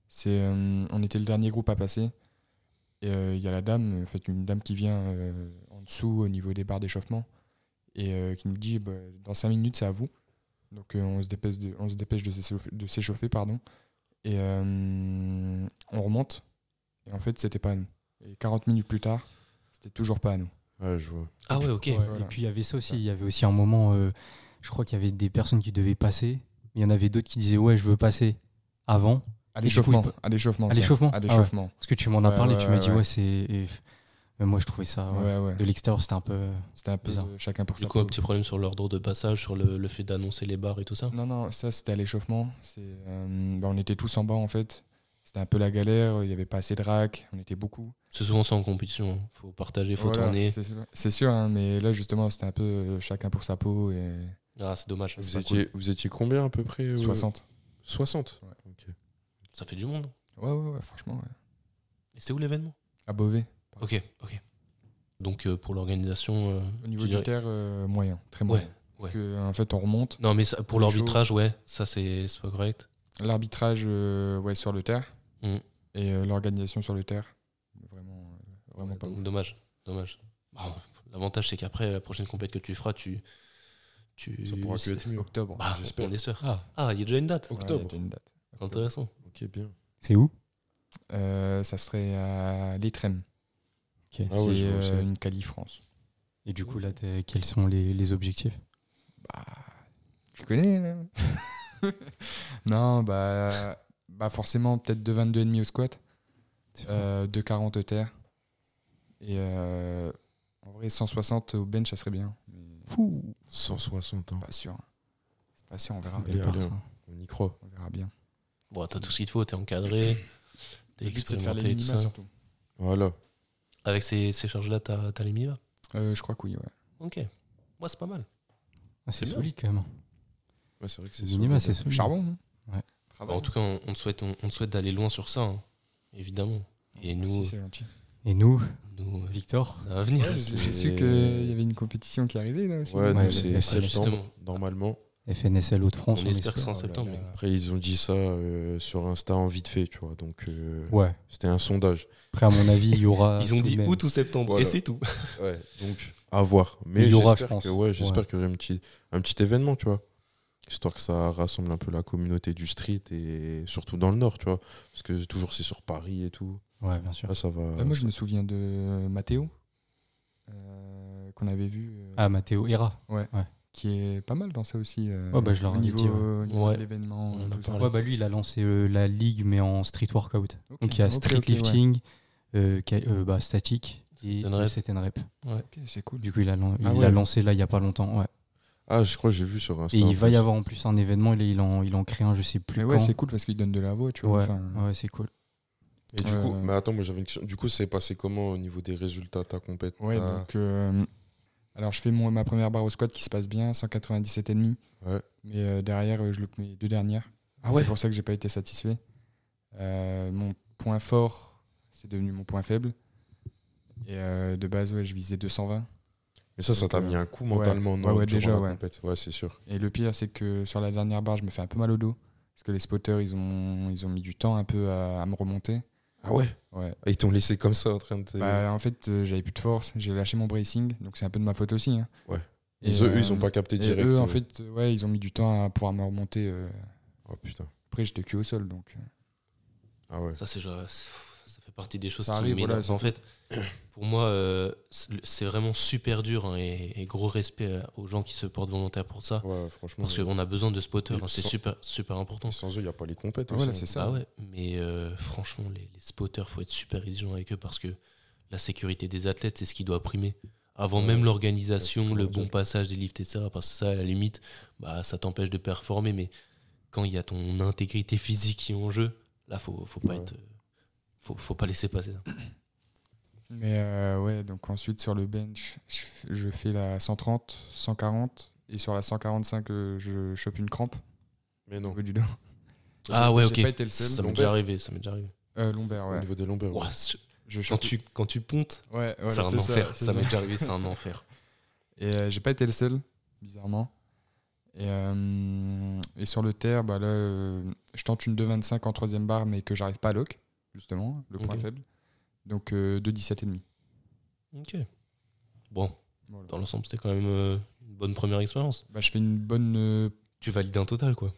C'est, euh, on était le dernier groupe à passer. Et euh, il y a la dame, en fait, une dame qui vient euh, en dessous au niveau des barres d'échauffement et euh, qui nous dit bah, dans 5 minutes, c'est à vous. Donc euh, on, se dépêche de, on se dépêche de s'échauffer, de s'échauffer, pardon. Et euh, on remonte. Et en fait, c'était pas à nous. Et 40 minutes plus tard, c'était toujours pas à nous. Ouais, je vois. ah ouais, ok. Ouais, Voilà. Et puis il y avait ça aussi, Ouais. il y avait aussi un moment, euh, je crois qu'il y avait des personnes qui devaient passer, mais il y en avait d'autres qui disaient ouais je veux passer avant, À Et du coup, il l'échauffement. peut- À l'échauffement. À ça. l'échauffement À Ah ouais. l'échauffement. parce que tu m'en as Ouais, parlé, ouais, tu m'as ouais, dit ouais. ouais c'est... et f- mais moi je trouvais Ah ça, ouais. Ouais, ouais. de l'extérieur c'était un peu... C'était un peu Bizarre. de chacun pour Du sa coup, un peau. petit problème sur l'ordre de passage, sur le, le fait d'annoncer les bars et tout ça. Non, non, ça c'était à l'échauffement. C'est, euh, bah, on était tous en bas en fait. C'était un peu la galère, il n'y avait pas assez de racks, on était beaucoup. C'est souvent ça en compétition. hein. Faut partager, faut Voilà, tourner. C'est sûr, c'est sûr, hein, mais là justement c'était un peu euh, chacun pour sa peau. Et... Ah, c'est dommage. C'est Vous pas étiez, vous étiez combien à peu près euh, 60. 60 Ça fait du monde. Ouais, ouais, ouais, franchement, ouais. Et c'est où l'événement À Beauvais. Ok, ok. Donc euh, pour l'organisation. euh, Au niveau tu du dirais- terre, euh, moyen, très moyen. Ouais, Parce que, en fait, on remonte. Non, mais ça- pour Chaud. l'arbitrage, ouais, ça c'est c'est pas correct. L'arbitrage euh, ouais, sur le terre Mm. et euh, l'organisation sur le terre. Vraiment, euh, vraiment pas Donc, ouf. dommage, dommage. Bah, L'avantage c'est qu'après la prochaine compète que tu feras, tu, tu. Ça pourra que c'est- être mieux. Octobre. Bah, j'espère. on espère. Ah, ah, il y a déjà une date. Ouais, octobre. il y a une date. Intéressant. Ok, bien. C'est où Euh, ça serait à l'Étrême. Ok. Ah ouais, c'est je vois où euh, c'est. une quali France. Et du coup, là, t'es- quels sont les, les objectifs Bah, tu connais. hein. non, bah, bah forcément, peut-être de 22,5 au squat, euh, de 40 au terre. Et euh, en vrai, 160 au bench, ça serait bien. Mais 160 hein. ans. pas sûr. hein. C'est pas sûr, on verra. C'est une belle bien, part, bien. ça. Ah, On y croit. On verra bien. Bon, t'as tout ce qu'il te faut, t'es encadré, t'es Le but, c'est de faire les expérimenté, tout minima ça. surtout. Voilà. Avec ces, ces charges-là, t'as t'as les minima. Euh, je crois que oui, ouais. Ok. Moi, c'est pas mal. Ah, C'est C'est bien. solide quand même. Ouais, c'est vrai que c'est Le minima, c'est solide. Le solide. charbon, non Ouais. Ah Bah, en tout cas, on, on te souhaite, on, on te souhaite d'aller loin sur ça, hein. évidemment. Ah, Et nous, c'est gentil. Et nous, nous, euh, Victor ça va venir. Ouais, J'ai c'est- j'ai su qu'il y avait une compétition qui arrivait là aussi. Ouais, Ouais, nous, ouais, c'est septembre, justement. normalement. FNSL de On, France. espère que c'est en Oh là septembre. là. mais- Après, ils ont dit ça euh, sur Insta en vite fait, tu vois. Donc, euh, Ouais. c'était un sondage. Après, à mon avis, il y aura. Ils ont tout de dit même. août ou septembre, Voilà. et c'est tout. Ouais, donc à voir. Mais Il y aura, j'espère je pense. que- ouais, j'espère Ouais. qu'il y aura un petit, un petit événement, tu vois. Histoire que ça rassemble un peu la communauté du street et surtout dans le nord, tu vois. Parce que toujours c'est sur Paris et tout. Ouais, bien sûr. Là, ça va. Bah, moi, je me souviens de Mathéo, euh, qu'on avait vu, euh, Ah, Mathéo Hera. qui est pas mal dans ça aussi. euh, Ouais, bah, je leur au avais niveau, dit, ouais. au niveau Ouais. de l'événement. On en a tout ça. parlé. Ouais, bah lui, il a lancé euh, la ligue, mais en street workout. Ok, Donc il y a ok, street ok, ouais. lifting, euh, ca- euh, bah, statique et Set and rep. set and rep. Ok, c'est cool. Du coup, il a, lan- il Ah a ouais. lancé là il n'y a pas longtemps. ouais. Ah, je crois que j'ai vu sur Insta. Et en il va plus. y avoir en plus un événement. Il, est- il en, il en crée un, je sais plus Mais quand. ouais, c'est cool parce qu'il donne de la voix, tu vois. Ouais, enfin, ouais, c'est cool. Et du coup, Euh. mais attends, moi j'avais une question. Du coup, c'est passé comment au niveau des résultats ta compète ouais, T'as- donc. euh, alors, je fais mon, ma première barre au squat qui se passe bien, 197,5. Ouais. Mais euh, derrière, euh, je loupe mes deux dernières. ouais. Ah C'est pour ça que j'ai pas été satisfait. Euh, mon point fort, c'est devenu mon point faible. Et euh, de base, ouais, je visais 220. Mais ça, ça donc, t'a euh, mis un coup ouais. mentalement, non Ouais, ouais, durant déjà, la ouais. compète Ouais, c'est sûr. Et le pire, c'est que sur la dernière barre, je me fais un peu mal au dos. Parce que les spotters, ils ont, ils ont mis du temps un peu à, à me remonter. Ah ouais Ouais. Ils t'ont laissé comme ça en train de. te- Bah, en fait, euh, j'avais plus de force, j'ai lâché mon bracing, donc c'est un peu de ma faute aussi. hein. Ouais. Et, Ils- eux, euh, ils ont pas capté et direct. eux, en euh. fait, euh, ouais, ils ont mis du temps à pouvoir me remonter. euh. Oh putain. Après, j'étais cul au sol, donc. euh, Ah ouais. Ça, c'est genre- ça fait partie des choses Ça qui arrive, voilà, m'énervent. ça- En fait, pour moi, euh, c'est c'est vraiment super dur hein, et, et gros respect euh, aux gens qui se portent volontaires pour ça. Ouais, franchement. Parce qu'on a besoin de spotters, Ils hein, c'est sont- super, super important. Et Sans eux, il n'y a pas les compètes. voilà, aussi, Ah c'est hein. ça. Bah ouais, mais euh, franchement, les, les spotters, faut être super exigeant avec eux parce que la sécurité des athlètes, c'est ce qui doit primer. Avant Ouais, même ouais. Ouais, l'organisation, c'est le primordial. bon passage des lifts et ça, parce que ça, à la limite, bah, ça t'empêche de performer. Mais quand il y a ton intégrité physique qui est en jeu, là, faut, faut pas Ouais. être. euh, Faut, faut pas laisser passer ça. Mais euh, ouais, donc ensuite, sur le bench, je, f- je fais la 130, 140. Et sur la 145, euh, je chope une crampe Mais au non. bout du dos. Ah ouais, J'ai ok. pas été le seul, Ça m'est donc déjà bref. arrivé, ça m'est déjà arrivé. Euh, lombaire, Au ouais. niveau des lombaires. Ouah, je- Je quand, chope- tu, quand tu pontes, Ouais, voilà, c'est un enfer. c'est Ça, m'est déjà arrivé, c'est un enfer. Et euh, j'ai pas été le seul, bizarrement. Et, euh, et sur le terre, bah là, euh, je tente une 2,25 en troisième barre, mais que j'arrive pas à lock, justement, hein, le point Ok. faible. Donc euh, 2,17,5. Ok. Bon, Voilà. dans l'ensemble, c'était quand même euh, une bonne première expérience. Bah, je fais une bonne. euh, Tu valides un total, quoi.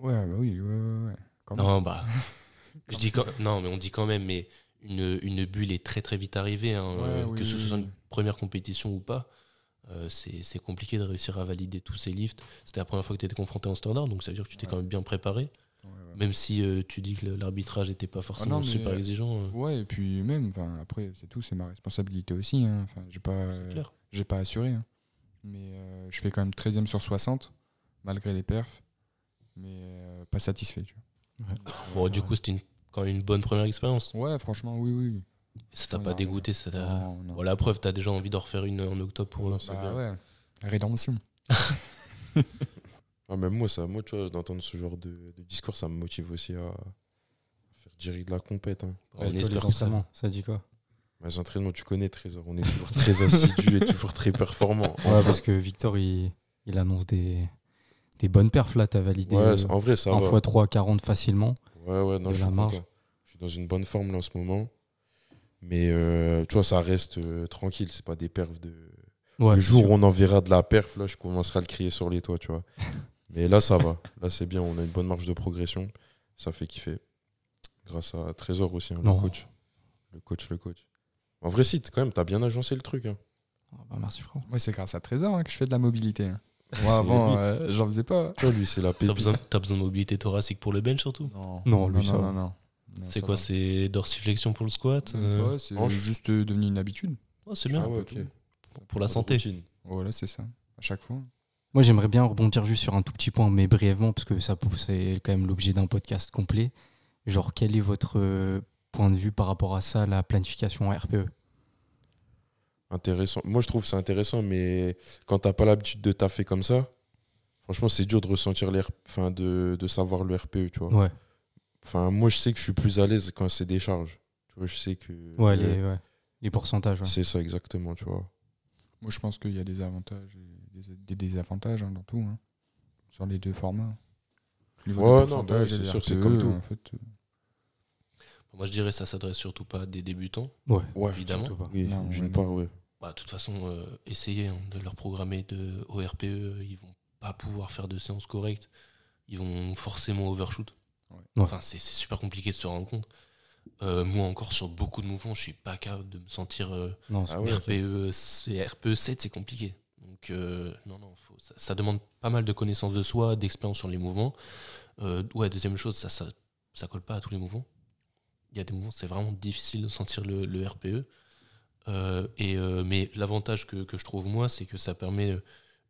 Ouais, bah oui, ouais, ouais, ouais. Quand même. Non, bah. je dis quand... Non, mais on dit quand même, mais une, une bulle est très très vite arrivée, hein, Ouais, euh, oui, que ce oui, soit oui. une première compétition ou pas. euh, c'est c'est compliqué de réussir à valider tous ces lifts. C'était la première fois que tu étais confronté en standard, donc ça veut dire que tu t'es Ouais. quand même bien préparé. Ouais, ouais. Même si euh, tu dis que le- l'arbitrage n'était pas forcément Ah mais- super exigeant, euh, Ouais, et puis même, enfin, après, c'est tout, c'est ma responsabilité aussi. hein. Enfin, j'ai pas, c'est clair. j'ai pas assuré. hein. Mais euh, je fais quand même 13 e sur 60, malgré les perfs. Mais euh, pas satisfait, tu euh, Bon, du coup, c'était une- quand même une bonne première expérience. vois. Ouais, franchement, oui, oui. Ça t'a Non, pas non, dégoûté, ça t'a. Non, non. euh, Bon, la preuve, t'as déjà envie d'en refaire une en octobre pour Bah ouais. Rédemption. Ah, même moi, ça, moi, tu vois, d'entendre ce genre de, de discours, ça me motive aussi à faire gérer de la compète. hein. On Et toi, espère les que ça. entraînements, ça dit quoi Les entraînements, tu connais, Trésor. On est toujours très assidu et toujours très performant. Ouais, parce que Victor, il, il annonce des, des bonnes perfs là. T'as validé Ouais, euh, c'est- en vrai, ça 1 va. x 3, 40 facilement. Ouais, ouais, non, de je la suis marge. content. Je suis dans une bonne forme là en ce moment. Mais euh, tu vois, ça reste euh, tranquille. C'est pas des perfs de. Ouais, le c'est jour sûr. où on en verra de la perf, là, je commencerai à le crier sur les toits, tu vois. Mais là, ça va. Là, c'est bien. On a une bonne marge de progression. Ça fait kiffer. Grâce à Trésor aussi, hein, Non. le coach. Le coach, le coach. En vrai, si, t- quand même, t'as bien agencé le truc. hein. Ah bah, merci, frère. Moi, c'est grâce à Trésor hein, que je fais de la mobilité. hein. Moi, C'est avant, lui. euh, j'en faisais pas. Tu vois, lui, c'est la T'as pépite. besoin, t'as besoin de mobilité thoracique pour le bench surtout Non, Non, lui, ça non, va. non, non. Non, C'est ça quoi va. C'est dorsiflexion pour le squat Même euh, pas, C'est hanche. juste euh, devenu une habitude. ouais, C'est Ah bien ouais, un peu ok. pour la Pas de santé. routine. Voilà, c'est ça. À chaque fois. Moi, j'aimerais bien rebondir juste sur un tout petit point, mais brièvement, parce que ça, c'est quand même l'objet d'un podcast complet. Genre, quel est votre euh, point de vue par rapport à ça, la planification en E RPE Intéressant. Moi, je trouve que c'est intéressant, mais quand t'as pas l'habitude de taffer comme ça, franchement, c'est dur de ressentir les, RP enfin, de, de savoir le RPE, tu vois. Ouais, Enfin, moi, je sais que je suis plus à l'aise quand c'est des charges. Tu vois, je sais que. ouais, euh, les, ouais. les pourcentages. ouais. C'est ça, exactement, tu vois. Moi, je pense qu'il y a des avantages et des, des désavantages hein, dans tout, hein, sur les deux formats. Au niveau Ouais, des non, bah, pourcentages c'est et des sûr, c'est RTE, comme tout. En fait, euh, Moi je dirais ça s'adresse surtout pas à des débutants. Ouais, Ouais, Évidemment. surtout pas. Oui, Non, ouais, d'une non. part, ouais. Ah Bah, de toute façon, euh, essayez hein, de leur programmer de ORPE, E, ils vont pas pouvoir faire de séance correcte, ils vont forcément overshoot. Ouais. Enfin, c'est c'est super compliqué de se rendre compte. Euh, moi encore, sur beaucoup de mouvements, je suis pas capable de me sentir euh, Non, c'est Ah ouais. compliqué. RPE, E, c'est- RPE 7, c'est compliqué. Donc, euh, non, non, faut- ça, ça demande pas mal de connaissances de soi, d'expérience sur les mouvements. Euh, ouais, deuxième chose, ça, ça, ça colle pas à tous les mouvements. Il y a des mouvements, c'est vraiment difficile de sentir le, le RPE. Euh, et, euh, mais l'avantage que, que je trouve, moi, c'est que ça permet euh,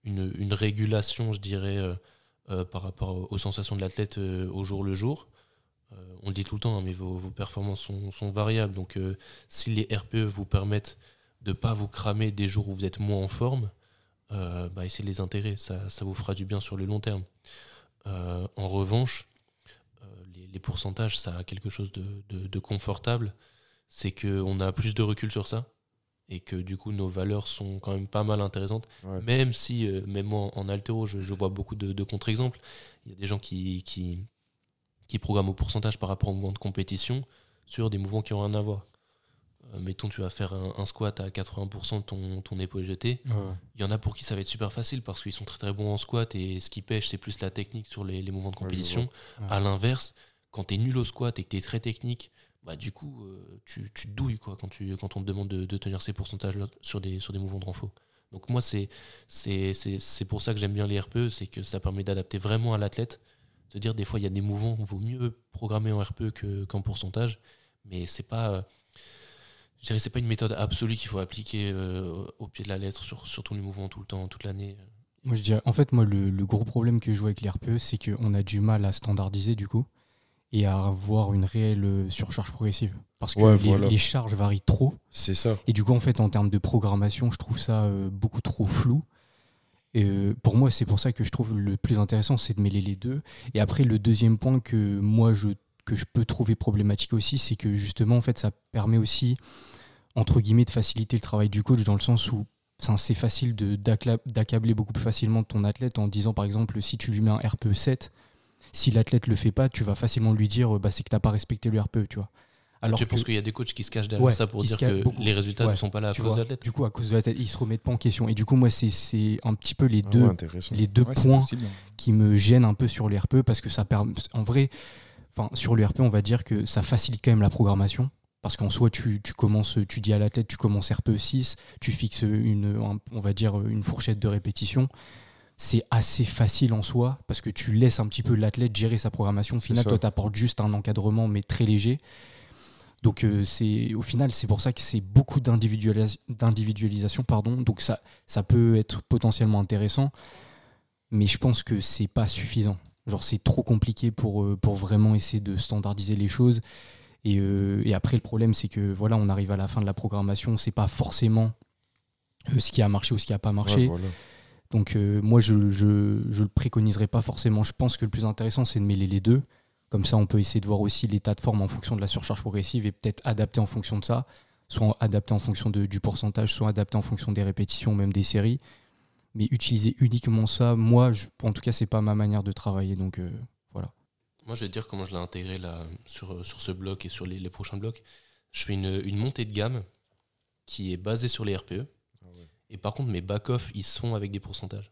une, une régulation, je dirais, euh, euh, par rapport aux- aux sensations de l'athlète euh, au jour le jour. Euh, on le dit tout le temps, hein, mais vos, vos performances sont, sont variables. Donc, euh, si les RPE vous permettent de ne pas vous cramer des jours où vous êtes moins en forme, euh, bah, essayez de les intégrer. Ça, ça vous fera du bien sur le long terme. Euh, en revanche, euh, les, les pourcentages, ça a quelque chose de, de- de confortable. C'est qu'on a plus de recul sur ça et que du coup, nos valeurs sont quand même pas mal intéressantes. Ouais. Même si, euh, même moi, en, en altéro, je, je vois beaucoup de, de contre-exemples. Il y a des gens qui, qui, qui programment au pourcentage par rapport au mouvement de compétition sur des mouvements qui ont rien à voir. Euh, mettons, tu vas faire un, un squat à 80% de ton, ton épaule jetée. Ouais, ouais. Il y en a pour qui ça va être super facile parce qu'ils sont très très bons en squat et ce qui pêche, c'est plus la technique sur les, les mouvements de Ouais, je compétition. vois. À l'inverse, quand tu es nul au squat et que tu es très technique, bah, du coup, euh, tu, tu te douilles quoi, quand, tu, quand on te demande de, de tenir ces pourcentages-là sur des, sur des mouvements de renfort. Donc, moi, c'est c'est- c'est- c'est pour ça que j'aime bien les RPE, c'est que ça permet d'adapter vraiment à l'athlète. De dire, des fois, il y a des mouvements, vaut mieux programmer en RPE que- qu'en pourcentage, mais c'est pas. euh, je dirais que c'est pas une méthode absolue qu'il faut appliquer euh, au pied de la lettre sur, sur tous les mouvements tout le temps, toute l'année. Moi, je dirais, en fait, moi, le, le gros problème que je vois avec les RPE, c'est qu'on a du mal à standardiser, du coup, et à avoir une réelle euh, surcharge progressive. Parce que Ouais, les, voilà. les charges varient trop. C'est ça. Et du coup, en fait, en termes de programmation, je trouve ça euh, beaucoup trop flou. Et euh, pour moi, c'est pour ça que je trouve le plus intéressant, c'est de mêler les deux. Et après, le deuxième point que moi, je, que je peux trouver problématique aussi, c'est que justement, en fait, ça permet aussi, entre guillemets, de faciliter le travail du coach dans le sens où ça, c'est facile de- d'accla- d'accabler beaucoup plus facilement ton athlète en disant, par exemple, si tu lui mets un RPE 7, si l'athlète le fait pas, tu vas facilement lui dire, euh, bah, c'est que tu n'as pas respecté le RPE, tu vois. Alors je pense que- qu'il y a des coachs qui se cachent derrière Ouais, ça pour qui se dire cachent que beaucoup. les résultats Ouais, ne sont pas là à tu cause vois, de l'athlète. du coup, à cause de la tête, ils se remettent pas en question. Et du coup, moi, c'est- c'est un petit peu les Ah deux, ouais, intéressant. les deux ouais, c'est points possible, hein. qui me gênent un peu sur le RPE E parce que ça permet, en vrai, enfin, sur le RPE, E, on va dire que ça facilite quand même la programmation. Parce qu'en soi, tu, tu commences, tu dis à l'athlète, tu commences RPE 6, tu fixes une, un- on va dire, une fourchette de répétition. C'est assez facile en soi parce que tu laisses un petit peu l'athlète gérer sa programmation. Au C'est final, ça. toi, t'apportes juste un encadrement, mais très léger. Donc, euh, c'est, au final, c'est pour ça que c'est beaucoup d'individualis- d'individualisation. Pardon. Donc, ça, ça peut être potentiellement intéressant, mais je pense que c'est pas suffisant. Genre, c'est trop compliqué pour, euh, pour vraiment essayer de standardiser les choses. Et, euh, et après, le problème, c'est que voilà, on arrive à la fin de la programmation, c'est pas forcément euh, ce qui a marché ou ce qui a pas Ouais, marché. voilà. Donc euh, moi, je, je, je le préconiserai pas forcément. Je pense que le plus intéressant, c'est de mêler les deux. Comme ça, on peut essayer de voir aussi l'état de forme en fonction de la surcharge progressive et peut-être adapter en fonction de ça, soit adapter en fonction de- du pourcentage, soit adapter en fonction des répétitions, même des séries. Mais utiliser uniquement ça, moi, je- en tout cas, c'est pas ma manière de travailler. Donc euh, Moi, je vais te dire comment je l'ai intégré là, sur, sur ce bloc et sur les, les prochains blocs. Je fais une, une montée de gamme qui est basée sur les E. RPE. Ah Et par contre, mes back-off, ils sont avec des pourcentages.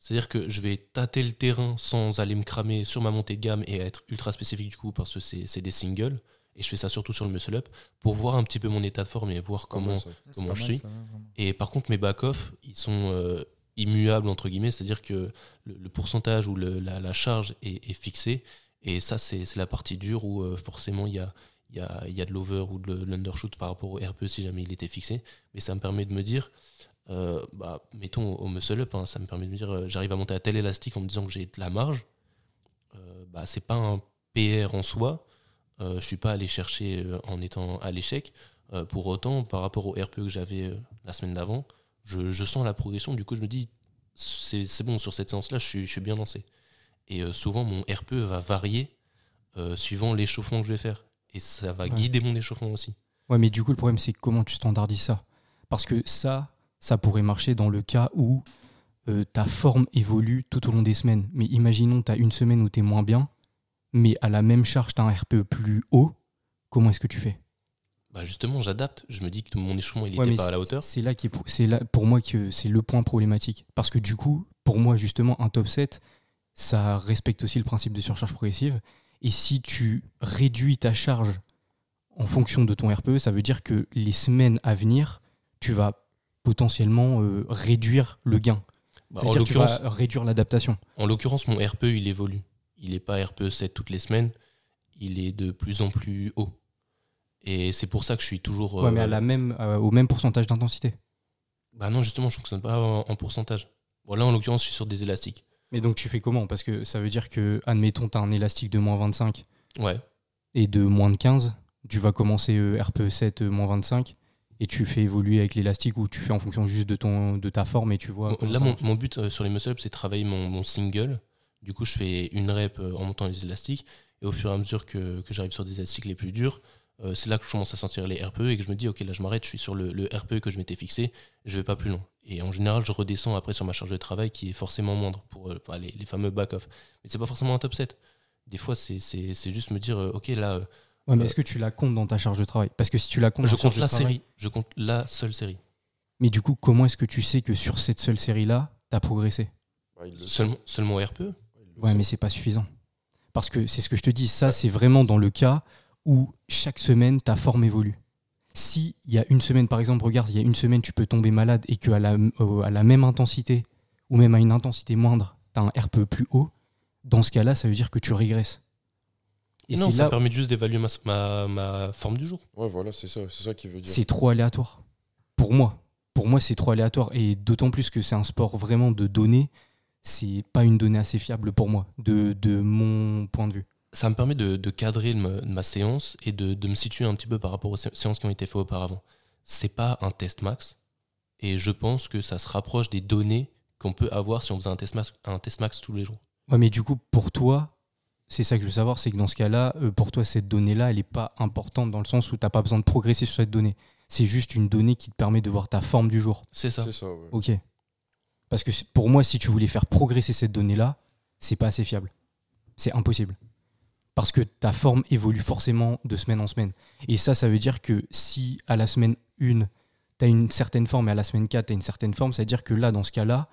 C'est-à-dire que je vais tâter le terrain sans aller me cramer sur ma montée de gamme et être ultra spécifique du coup parce que c'est c'est des singles. Et je fais ça surtout sur le muscle-up pour voir un petit peu mon état de forme et voir comment C'est Comment pas je mal, suis ça, ouais, vraiment. et par contre, mes back-off, ils sont euh, immuables, entre guillemets, c'est-à-dire que le, le pourcentage ou le- la, la charge est, est fixée. Et ça, c'est c'est la partie dure où euh, forcément, il y a, il y, a, il y a de l'over ou de l'undershoot par rapport au RPE si jamais il était fixé. Mais ça me permet de me dire, euh, bah, mettons au muscle-up, ça me permet de me dire, euh, j'arrive à monter à tel élastique en me disant que j'ai de la marge. Euh, bah, c'est pas un PR en soi. Euh, je suis pas allé chercher euh, en étant à l'échec. Euh, pour autant, par rapport au RPE que j'avais euh, la semaine d'avant, je, je sens la progression. Du coup, je me dis, c'est c'est bon, sur cette séance-là, je, suis- je suis bien lancé. Et euh, souvent, mon RPE va varier euh, suivant l'échauffement que je vais faire. Et ça va Ouais. guider mon échauffement aussi. Ouais, mais du coup, le problème, c'est comment tu standardises ça. Parce que ça, ça pourrait marcher dans le cas où euh, ta forme évolue tout au long des semaines. Mais imaginons, tu as une semaine où tu es moins bien, mais à la même charge, tu as un RPE plus haut. Comment est-ce que tu fais Bah justement, j'adapte. Je me dis que mon échauffement, il Ouais, n'était mais pas à la hauteur. C'est là, qui est pour, c'est là pour moi que c'est le point problématique. Parce que du coup, pour moi, justement, un top 7, ça respecte aussi le principe de surcharge progressive. Et si tu réduis ta charge en fonction de ton RPE, ça veut dire que les semaines à venir, tu vas potentiellement euh, réduire le gain. Bah, en C'est-à-dire que tu l'occurrence- vas réduire l'adaptation. En l'occurrence, mon RPE, il évolue. Il n'est pas RPE 7 toutes les semaines. Il est de plus en plus haut. Et c'est pour ça que je suis toujours. Ouais, euh, mais à la même, euh, au même pourcentage d'intensité. Bah non, justement, je ne fonctionne pas en, en pourcentage. Bon, là, en l'occurrence, je suis sur des élastiques. Mais donc tu fais comment Parce que ça veut dire que, admettons, tu as un élastique de moins 25 Ouais. et de moins de 15, tu vas commencer euh, RPE 7 euh, moins 25 et tu fais évoluer avec l'élastique ou tu fais en fonction juste de, ton, de ta forme et tu vois. Bon, comment là, ça mon, marche. mon but euh, sur les muscle-ups, c'est de travailler mon, mon single. Du coup, je fais une rep euh, en montant les élastiques. Et au fur et à mesure que, que j'arrive sur des élastiques les plus durs, euh, c'est là que je commence à sentir les RPE et que je me dis, OK, là, je m'arrête, je suis sur le, le RPE que je m'étais fixé, je vais pas plus loin. Et en général, je redescends après sur ma charge de travail qui est forcément moindre pour euh, enfin, les, les fameux back-off. Mais c'est pas forcément un top 7. Des fois, c'est c'est- c'est juste me dire, euh, OK, là, euh, Ouais, mais est-ce que tu la comptes dans ta charge de travail Parce que si tu la comptes, je dans ta charge compte de la travail- série. Je compte la seule série. Mais du coup, comment est-ce que tu sais que sur cette seule série-là, tu as progressé Ah, il le sait. Seulement, seulement E. RPE Il le Ouais, sait. mais c'est pas suffisant. Parce que c'est ce que je te dis, ça, c'est vraiment dans le cas où chaque semaine, ta forme évolue. Si il y a une semaine, par exemple, regarde, il y a une semaine, tu peux tomber malade et qu'à la, euh, à la même intensité, ou même à une intensité moindre, tu as un RPE plus haut, dans ce cas-là, ça veut dire que tu régresses. Et Non, c'est ça là, me permet juste d'évaluer ma, ma- ma forme du jour. Ouais, voilà, c'est ça, c'est ça qu'il veut dire. c'est trop aléatoire. Pour moi. Pour moi, c'est trop aléatoire. Et d'autant plus que c'est un sport vraiment de données, c'est pas une donnée assez fiable pour moi, de- de mon point de vue. ça me permet de, de cadrer ma, ma séance et de, de me situer un petit peu par rapport aux sé- séances qui ont été faites auparavant. C'est pas un test max et je pense que ça se rapproche des données qu'on peut avoir si on faisait un test max, un test max tous les jours. Ouais, mais du coup, pour toi, c'est ça que je veux savoir, c'est que dans ce cas-là, euh, pour toi, cette donnée-là, elle n'est pas importante dans le sens où tu n'as pas besoin de progresser sur cette donnée. C'est juste une donnée qui te permet de voir ta forme du jour. C'est ça. C'est ça, ouais. Ok. Parce que c'est- pour moi, si tu voulais faire progresser cette donnée-là, c'est pas assez fiable. C'est impossible. Parce que ta forme évolue forcément de semaine en semaine. Et ça, ça veut dire que si à la semaine 1, tu as une certaine forme et à la semaine 4, tu as une certaine forme, ça veut dire que là, dans ce cas-là,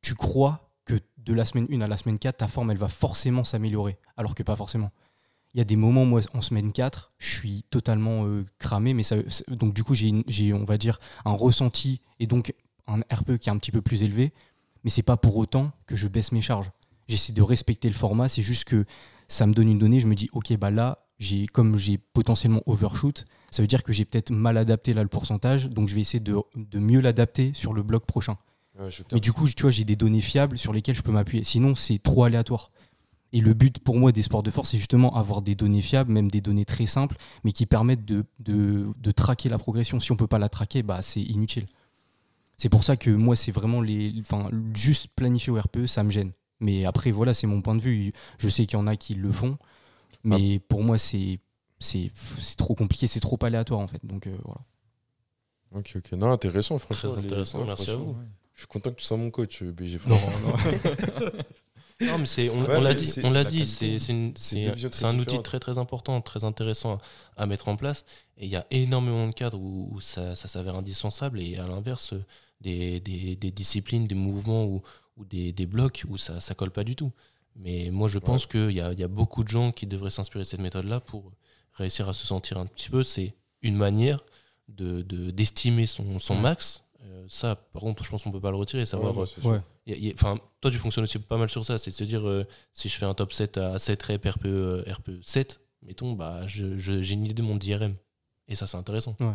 tu crois que de la semaine 1 à la semaine 4, ta forme, elle va forcément s'améliorer. Alors que pas forcément. Il y a des moments, moi, en semaine 4, je suis totalement euh, cramé. Mais ça, c'est- donc, du coup, j'ai, une- j'ai, on va dire, un ressenti et donc un RPE qui est un petit peu plus élevé, mais c'est pas pour autant que je baisse mes charges. J'essaie de respecter le format, c'est juste que ça me donne une donnée, je me dis ok bah là, j'ai comme j'ai potentiellement overshoot, ça veut dire que j'ai peut-être mal adapté là le pourcentage, donc je vais essayer de, de mieux l'adapter sur le bloc prochain. Ouais, Ah, je capte. Mais du coup, tu vois, j'ai des données fiables sur lesquelles je peux m'appuyer. Sinon, c'est trop aléatoire. Et le but pour moi des sports de force, c'est justement avoir des données fiables, même des données très simples, mais qui permettent de, de, de traquer la progression. Si on peut pas la traquer, bah, c'est inutile. C'est pour ça que moi, c'est vraiment les. Enfin, juste planifier au RPE, ça me gêne. Mais après, voilà, c'est mon point de vue. Je sais qu'il y en a qui le font, mais Ah. pour moi, c'est c'est c'est trop compliqué, c'est trop aléatoire en fait. Donc euh, voilà. Ok, ok. Non, intéressant, franchement. Très les- intéressant, ouais, merci à franchement. vous. Je suis content que tu sois mon coach, euh, BG. Non, franchement. Non, mais c'est, on, Ouais, on l'a mais dit, c'est- on l'a ça dit, compte. c'est, c'est une- C'est c'est- deux visions c'est très un outil différentes. très très important, très intéressant à, à mettre en place. Et il y a énormément de cadres où, où ça, ça s'avère indispensable et à l'inverse, euh, des, des- des disciplines, des mouvements ou, ou des, des blocs où ça ça colle pas du tout. Mais moi, je pense qu'il y a, il y a beaucoup de gens qui devraient s'inspirer de cette méthode-là pour réussir à se sentir un petit peu. C'est une manière de, de- d'estimer son, son max. Euh, ça, par contre, je pense qu'on peut pas le retirer, savoir Ouais, euh, ouais, c'est sûr. y a- y a- enfin, toi, tu fonctionnes aussi pas mal sur ça. C'est de se dire, euh, si je fais un top 7 à 7 reps, RPE, euh, RPE 7, mettons, bah, je- je- j'ai une idée de mon DRM. Et ça, c'est intéressant. Ouais.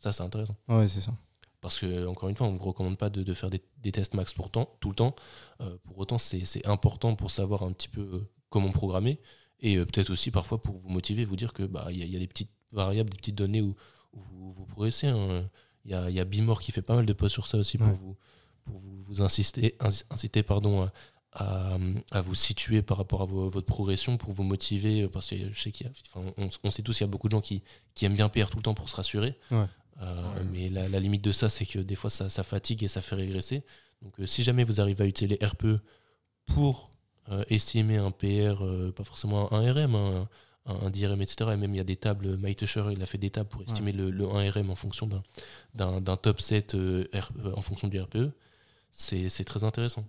Ça, c'est intéressant. Ouais, c'est ça. Parce que, encore une fois, on ne vous recommande pas de, de faire des, des tests max pour temps- tout le temps. Euh, pour autant, c'est c'est important pour savoir un petit peu euh, comment programmer. Et euh, peut-être aussi, parfois, pour vous motiver, vous dire que bah, il y, a- il y a des petites variables, des petites données où, où vous, vous progressez. hein. Il y a, il y a Bimor qui fait pas mal de posts sur ça aussi pour Ouais. vous, pour vous, vous insister, ins- inciter pardon, à, à- à vous situer par rapport à vos- votre progression, pour vous motiver. euh, Parce que je sais qu'il y a- enfin, on, on sait tous qu'il y a beaucoup de gens qui, qui aiment bien PR tout le temps pour se rassurer. Ouais. Euh, Mais la, la limite de ça, c'est que des fois, ça, ça fatigue et ça fait régresser. Donc, euh, si jamais vous arrivez à utiliser les RPE pour euh, estimer un PR, euh, pas forcément un RM, un, un, un DRM, etc. Et même il y a des tables, Mike Tusher, il a fait des tables pour estimer le, le 1RM en fonction d'un- d'un d'un top 7 euh, R- euh, en fonction du RPE. C'est c'est très intéressant.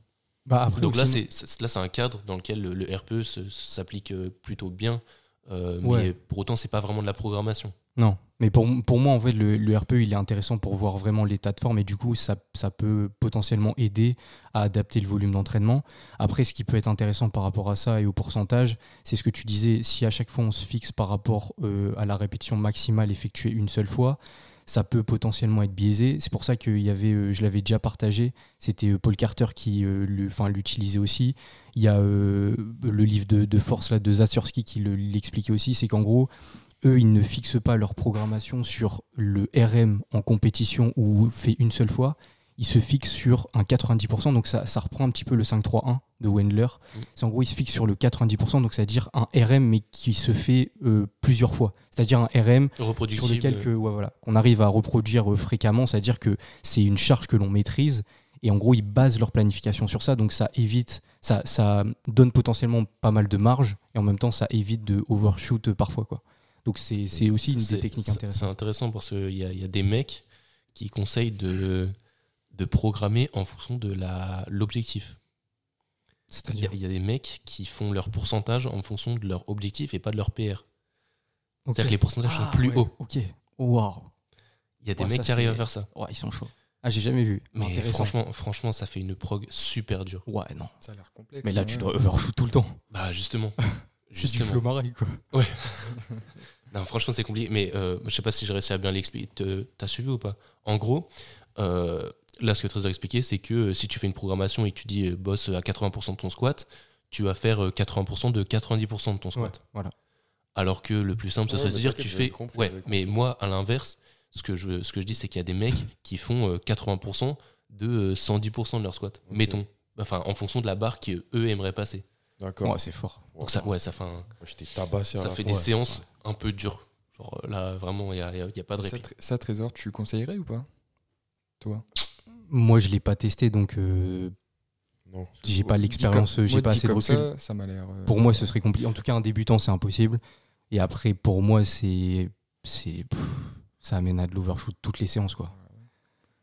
Bah, après, Donc là, aussi, c'est c'est- là, c'est un cadre dans lequel le, le RPE se- s'applique euh, plutôt bien, euh, mais Ouais. pour autant, c'est pas vraiment de la programmation. Non, mais pour, pour moi, en fait, le, le RPE, il est intéressant pour voir vraiment l'état de forme et du coup, ça, ça peut potentiellement aider à adapter le volume d'entraînement. Après, ce qui peut être intéressant par rapport à ça et au pourcentage, c'est ce que tu disais, si à chaque fois on se fixe par rapport euh, à la répétition maximale effectuée une seule fois, ça peut potentiellement être biaisé. C'est pour ça que il y avait, euh, je l'avais déjà partagé, c'était euh, Paul Carter qui euh, le- enfin, l'utilisait aussi. Il y a euh, le livre de, de force là, de Zasurski qui le- l'expliquait aussi, c'est qu'en gros, eux, ils ne fixent pas leur programmation sur le RM en compétition ou fait une seule fois. Ils se fixent sur un 90%, donc ça, ça reprend un petit peu le 5-3-1 de Wendler. Mm. C'est en gros, ils se fixent sur le 90%, donc c'est-à-dire un RM, mais qui se fait euh, plusieurs fois. C'est-à-dire un RM sur Reproductible. lequel que, ouais, voilà, qu'on arrive à reproduire euh, fréquemment, c'est-à-dire que c'est une charge que l'on maîtrise. Et en gros, ils basent leur planification sur ça, donc ça évite, ça, ça donne potentiellement pas mal de marge, et en même temps, ça évite de overshoot euh, parfois. Quoi. Donc c'est c'est aussi une C'est- des techniques c'est- C'est intéressantes. intéressant parce qu'il y a, il y a des mecs qui conseillent de, de programmer en fonction de la- l'objectif. Il y, C'est-à-dire, a- il y a des mecs qui font leur pourcentage en fonction de leur objectif et pas de leur PR. C'est-à-dire que les pourcentages sont plus hauts. Ok. Waouh. Il y a des Ah, Ouais, mecs ça, qui arrivent à c'est- faire ça. Ouais, ils sont chauds. Ah, j'ai jamais vu. Mais Intéressant. franchement, franchement, ça fait une prog super dure. Ouais, non. Ça a l'air complexe. hein, Mais là, tu ouais. dois overshoot tout le temps. Bah justement. C'est du justement. flomareil, quoi. Non, franchement, c'est compliqué. Mais euh, je sais pas si j'ai réussi à bien l'expliquer. Te- T'as suivi ou pas En gros, euh, là, ce que Trésor expliquait, c'est que euh, si tu fais une programmation et que tu dis euh, bosse à 80% de ton squat, tu vas faire euh, 80% de 90% de ton squat. voilà. Alors que le plus simple, ce Ouais, serait de mais se dire t'inquiète, tu j'avais fais. compris, ouais, j'avais compris. mais moi, à l'inverse, ce que je ce que je dis, c'est qu'il y a des mecs qui font euh, 80% de euh, 110% de leur squat. Ok. Mettons. Enfin, en fonction de la barre qu'eux aimeraient passer. D'accord. Ouais, c'est fort. Donc ça, ouais, ça fait un- Moi, J'étais tabassé. à ça la fait fin. des séances un peu dures. Genre, euh, là, vraiment, il n'y a, il y a- il y a pas de Ça, répit. tr- ça, Trésor, tu conseillerais ou pas Toi Moi, je l'ai pas testé, donc euh, Non. j'ai pas Dit l'expérience, comme- j'ai moi, pas dit assez de comme recul. Ça, ça m'a l'air. euh, Pour moi, ce serait compliqué. En tout cas, un débutant, c'est impossible. Et après, pour moi, c'est. c'est pff, ça amène à de l'overshoot toutes les séances, quoi.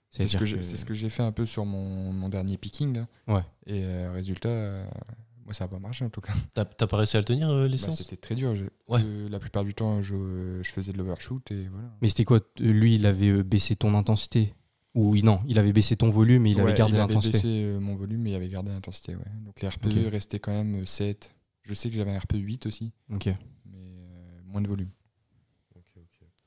C'est ce C'est-à-dire que, j'ai- que- c'est ce que j'ai fait un peu sur mon, mon dernier picking. là. Ouais. Et euh, résultat, euh, moi ça n'a pas marché en tout cas. T'as t'as pas réussi à le tenir, euh, les Bah, séances C'était très dur. j'ai- Ouais. euh, la plupart du temps, je, je faisais de l'overshoot et voilà. Mais c'était quoi t- Lui, il avait euh, baissé ton intensité Ou oui, non, il avait baissé ton volume et il Ouais, avait gardé il avait l'intensité. baissé euh, mon volume mais il avait gardé l'intensité. Ouais. Donc les RPE Ok. restaient quand même euh, 7. Je sais que j'avais un RPE 8 aussi, Ok. mais euh, moins de volume.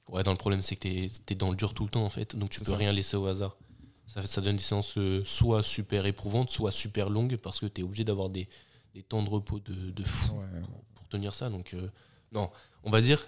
Ouais, dans le problème, c'est que t'es es dans le dur tout le temps, en fait. Donc, tu C'est peux ça. rien laisser au hasard. Ça, fait- ça donne des séances euh, soit super éprouvantes, soit super longues, parce que t'es obligé d'avoir des, des temps de repos de, de fou Ouais, ouais. pour tenir ça. Donc, euh, non, on va dire,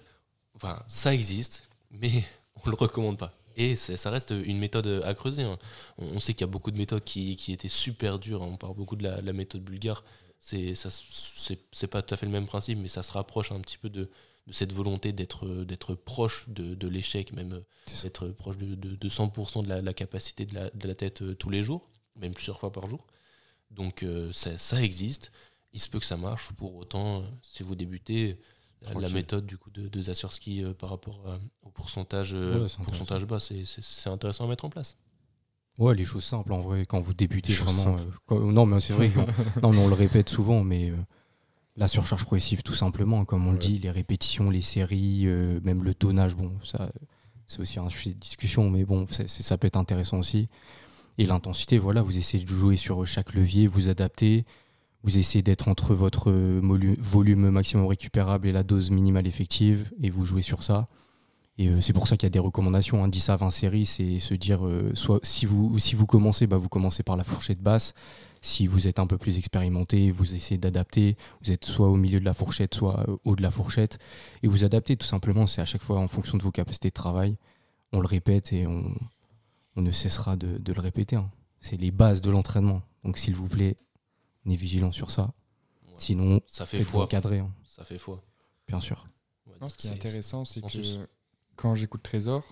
enfin, ça existe, mais on le recommande pas. Et c'est- ça reste une méthode à creuser. hein. On, on sait qu'il y a beaucoup de méthodes qui, qui étaient super dures. hein. On parle beaucoup de la, la méthode bulgare. C'est ça s- c'est- c'est pas tout à fait le même principe, mais ça se rapproche un petit peu de, de cette volonté d'être d'être proche de, de l'échec, même euh, C'est ça. d'être proche de, de- de 100% de la, la capacité de la, de la tête euh, tous les jours, même plusieurs fois par jour. Donc euh, ça, ça existe. Il se peut que ça marche. Pour autant, euh, si vous débutez, euh, la- la Tranquille. méthode du coup de, de Zasurski euh, par rapport à- au pourcentage, euh, Ouais, c'est pourcentage bas, c'est- c'est c'est intéressant à mettre en place. Ouais, les choses simples en vrai, quand vous débutez Les choses vraiment. euh, quand- non, mais c'est vrai, qu'on- non, mais on le répète souvent, mais euh, la surcharge progressive, tout simplement, comme on le Ouais. dit, les répétitions, les séries, euh, même le tonnage, bon, ça, euh, c'est aussi un sujet de discussion, mais bon, c'est- c'est- ça peut être intéressant aussi. Et l'intensité, voilà, vous essayez de jouer sur chaque levier, vous adaptez, vous essayez d'être entre votre euh, molu- volume maximum récupérable et la dose minimale effective, et vous jouez sur ça. Et euh, c'est pour ça qu'il y a des recommandations, hein, 10 à 20 séries, c'est se dire, euh, soit si vous, si vous commencez, bah, vous commencez par la fourchette basse, si vous êtes un peu plus expérimenté, vous essayez d'adapter, vous êtes soit au milieu de la fourchette, soit euh, haut de la fourchette, et vous adaptez tout simplement, c'est à chaque fois en fonction de vos capacités de travail, on le répète et on, on ne cessera de, de le répéter. hein. C'est les bases de l'entraînement, donc s'il vous plaît, on est vigilant sur ça, Ouais. sinon Ça fait faites-vous foi. cadrer, hein, Ça fait foi. bien sûr. On va Non, dire ce qui est que c'est- intéressant, c'est sans que souci. quand j'écoute Trésor,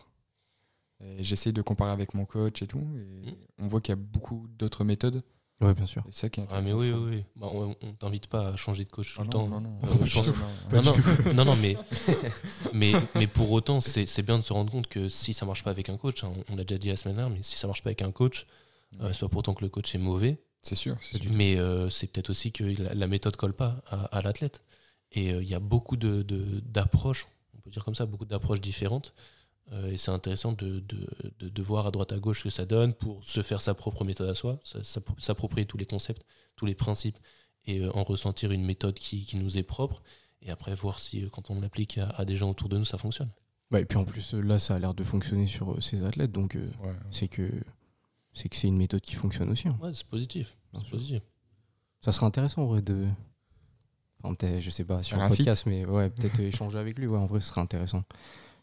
et j'essaye de comparer avec mon coach et tout, et Mhm. on voit qu'il y a beaucoup d'autres méthodes. Oui, bien sûr. Et c'est ça qui est Ah intéressant. mais oui, je oui, trouve. oui. Bah, on on t'invite pas à changer de coach tout Ah le non, temps. non, non, Euh, non, je pense- non, Non, non, non, non, mais, mais, mais pour autant, c'est c'est bien de se rendre compte que si ça marche pas avec un coach, hein, on- on l'a déjà dit la semaine dernière, mais si ça marche pas avec un coach, euh, c'est pas pourtant que le coach est mauvais, C'est sûr. c'est sûr. mais euh, c'est peut-être aussi que la, la méthode colle pas à, à l'athlète. Et euh, il y a beaucoup de- de- d'approches, on peut dire comme ça, beaucoup d'approches différentes. Euh, et c'est intéressant de, de, de- de voir à droite à gauche ce que ça donne pour se faire sa propre méthode à soi, sa- sa- s'approprier tous les concepts, tous les principes et euh, en ressentir une méthode qui, qui nous est propre. Et après, voir si euh, quand on l'applique à, à des gens autour de nous, ça fonctionne. Bah, et puis en plus, euh, là, ça a l'air de fonctionner sur euh, ces athlètes, donc euh, Ouais. c'est que c'est que c'est une méthode qui fonctionne aussi. hein. Ouais, c'est positif. Bien C'est sûr. positif. Ça serait intéressant en vrai de. Enfin, peut-être, je sais pas, sur un Faire un podcast, mais ouais, peut-être euh, échanger avec lui, ouais, en vrai, ce serait intéressant.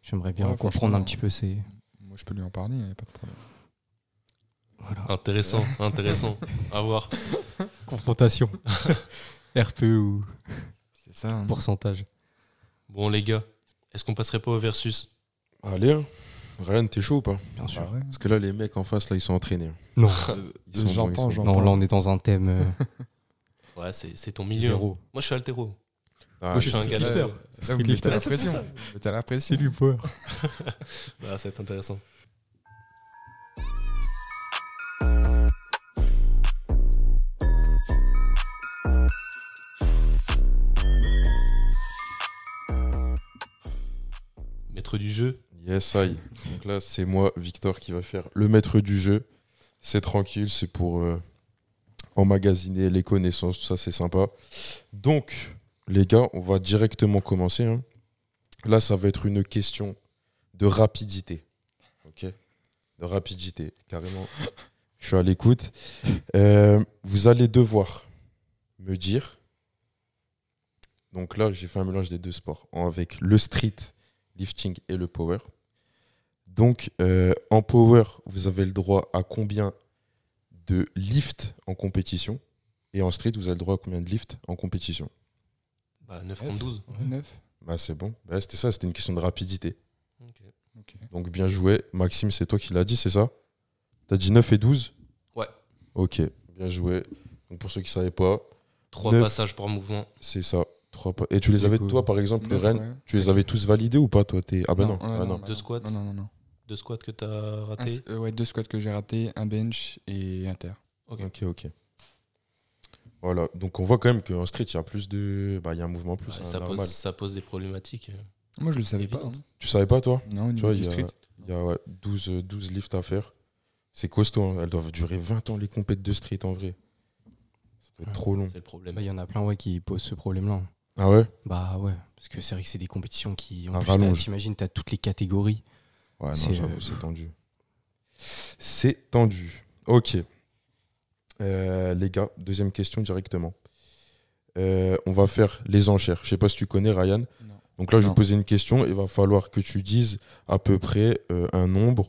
J'aimerais bien Ouais, comprendre un franchement, petit peu ces. Moi, je peux lui en parler, il n'y a pas de problème. Voilà. Ah, Intéressant, intéressant. à voir. Confrontation. RPE E ou C'est ça. hein. pourcentage. Bon, les gars, est-ce qu'on passerait pas au versus Allez, hein. Ryan, t'es chaud ou pas Bien sûr. Bah ouais. Parce que là, les mecs en face, là, ils sont entraînés. hein. Non. Ils sont J'entends, bons, ils sont j'entends. bons. non, là, on est dans un thème euh, Ouais, c'est c'est ton milieu. zéro. Moi, je suis altéro. Ah, Moi, je suis je suis un gars- streetlifter. Là, vous mettez Streetlifter. la c'est pour pression. ça. Vous mettez la pression. du power. Ah, c'est intéressant. Maître du jeu, Yes, aïe. Donc là, c'est moi, Victor, qui va faire le maître du jeu. C'est tranquille, c'est pour euh, emmagasiner les connaissances, tout ça, c'est sympa. Donc, les gars, on va directement commencer. hein. Là, ça va être une question de rapidité. Ok De rapidité, carrément. Je suis à l'écoute. Euh, vous allez devoir me dire. Donc là, j'ai fait un mélange des deux sports, en- avec le street lifting et le power. Donc, euh, en power, vous avez le droit à combien de lift en compétition et en street, vous avez le droit à combien de lift en compétition bah, 9 contre 12. Neuf. Bah, c'est bon. Bah, c'était ça, c'était une question de rapidité. Ok. Donc, bien joué. Maxime, c'est toi qui l'as dit, c'est ça T'as dit 9 et 12 Ouais. Ok, bien joué. Donc, pour ceux qui ne savaient pas, 3 Neuf. passages par mouvement. c'est ça. Trois pa- Et tu les avais, Cool. toi, par exemple, Neuf, Rennes, ouais. tu les avais tous validés ou pas, toi t'es... Ah, bah non. ouais, Ah, non. bah Deux squats. Non, non, non. non. Deux squats que t'as Un s- raté. euh, ouais, deux squats que j'ai ratés, un bench et un terre. Ok. Ok, ok. Voilà, donc on voit quand même qu'en street, il y a plus de. Bah, il y a un mouvement plus. Ouais, hein, ça, normal. pose, ça pose des problématiques. Moi, je le savais pas. Évidente. Tu savais pas, toi hein. Non, au Tu niveau vois, du il y a, street. il y a, ouais, 12, euh, 12 lifts à faire. C'est costaud, hein. elles doivent durer 20 ans les compètes de street en vrai. Ça doit être Ouais, trop long. C'est le bah, Il Bah, problème. y en a plein ouais, qui posent ce problème-là. hein. Ah ouais Bah ouais, parce que c'est vrai que c'est des compétitions qui. À En plus, t'as- rallonge. t'imagines, t'as toutes les catégories. Ouais, non, C'est, j'avoue, euh, c'est tendu. C'est tendu. Ok. Euh, les gars, deuxième question directement. Euh, on va faire les enchères. Je sais pas si tu connais Ryan. Non. Donc là, je vais Non. poser une question. Il va falloir que tu dises à peu près euh, un nombre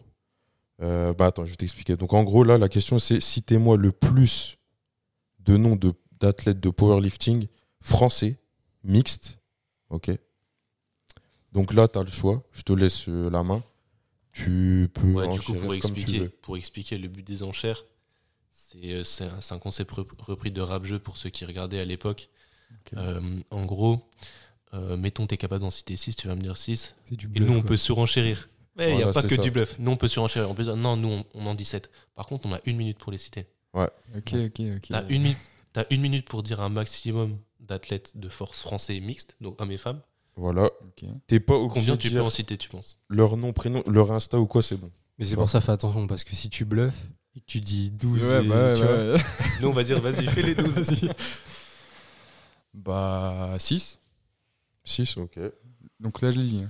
Euh, bah attends, je vais t'expliquer. Donc en gros, là, la question c'est citez-moi le plus de noms de- d'athlètes de, powerlifting français, mixte. Ok. Donc là, tu as le choix. Je te laisse euh, la main. Tu peux Ouais, du coup, enchérir comme pour tu expliquer, veux. pour expliquer le but des enchères, c'est euh, c'est un, c'est un concept rep- repris de rap-jeu pour ceux qui regardaient à l'époque. Ok. Euh, en gros, euh, mettons, t'es capable d'en citer 6, tu vas me dire 6. C'est du Et nous, on peut surenchérir. Mais il n'y a Voilà, pas c'est que ça. du bluff. Nous, on peut surenchérir. On peut dire, non, nous, on, on en dit 7. Par contre, on a une minute pour les citer. Ok, ok, ok. T'as une, mi- t'as une minute pour dire un maximum d'athlètes de force français mixte, donc hommes et femmes. Voilà. Ok. T'es pas obligé Combien de tu dire peux en citer, tu penses leur nom, prénom, leur Insta ou quoi, c'est bon. Mais c'est pour ça, fais attention, parce que si tu bluffes et que tu dis 12, Ouais, et- bah, ouais, tu vois, ouais, ouais. Nous, on va dire, vas-y, fais les 12. Bah, 6. 6, ok. Donc là, je lis. hein.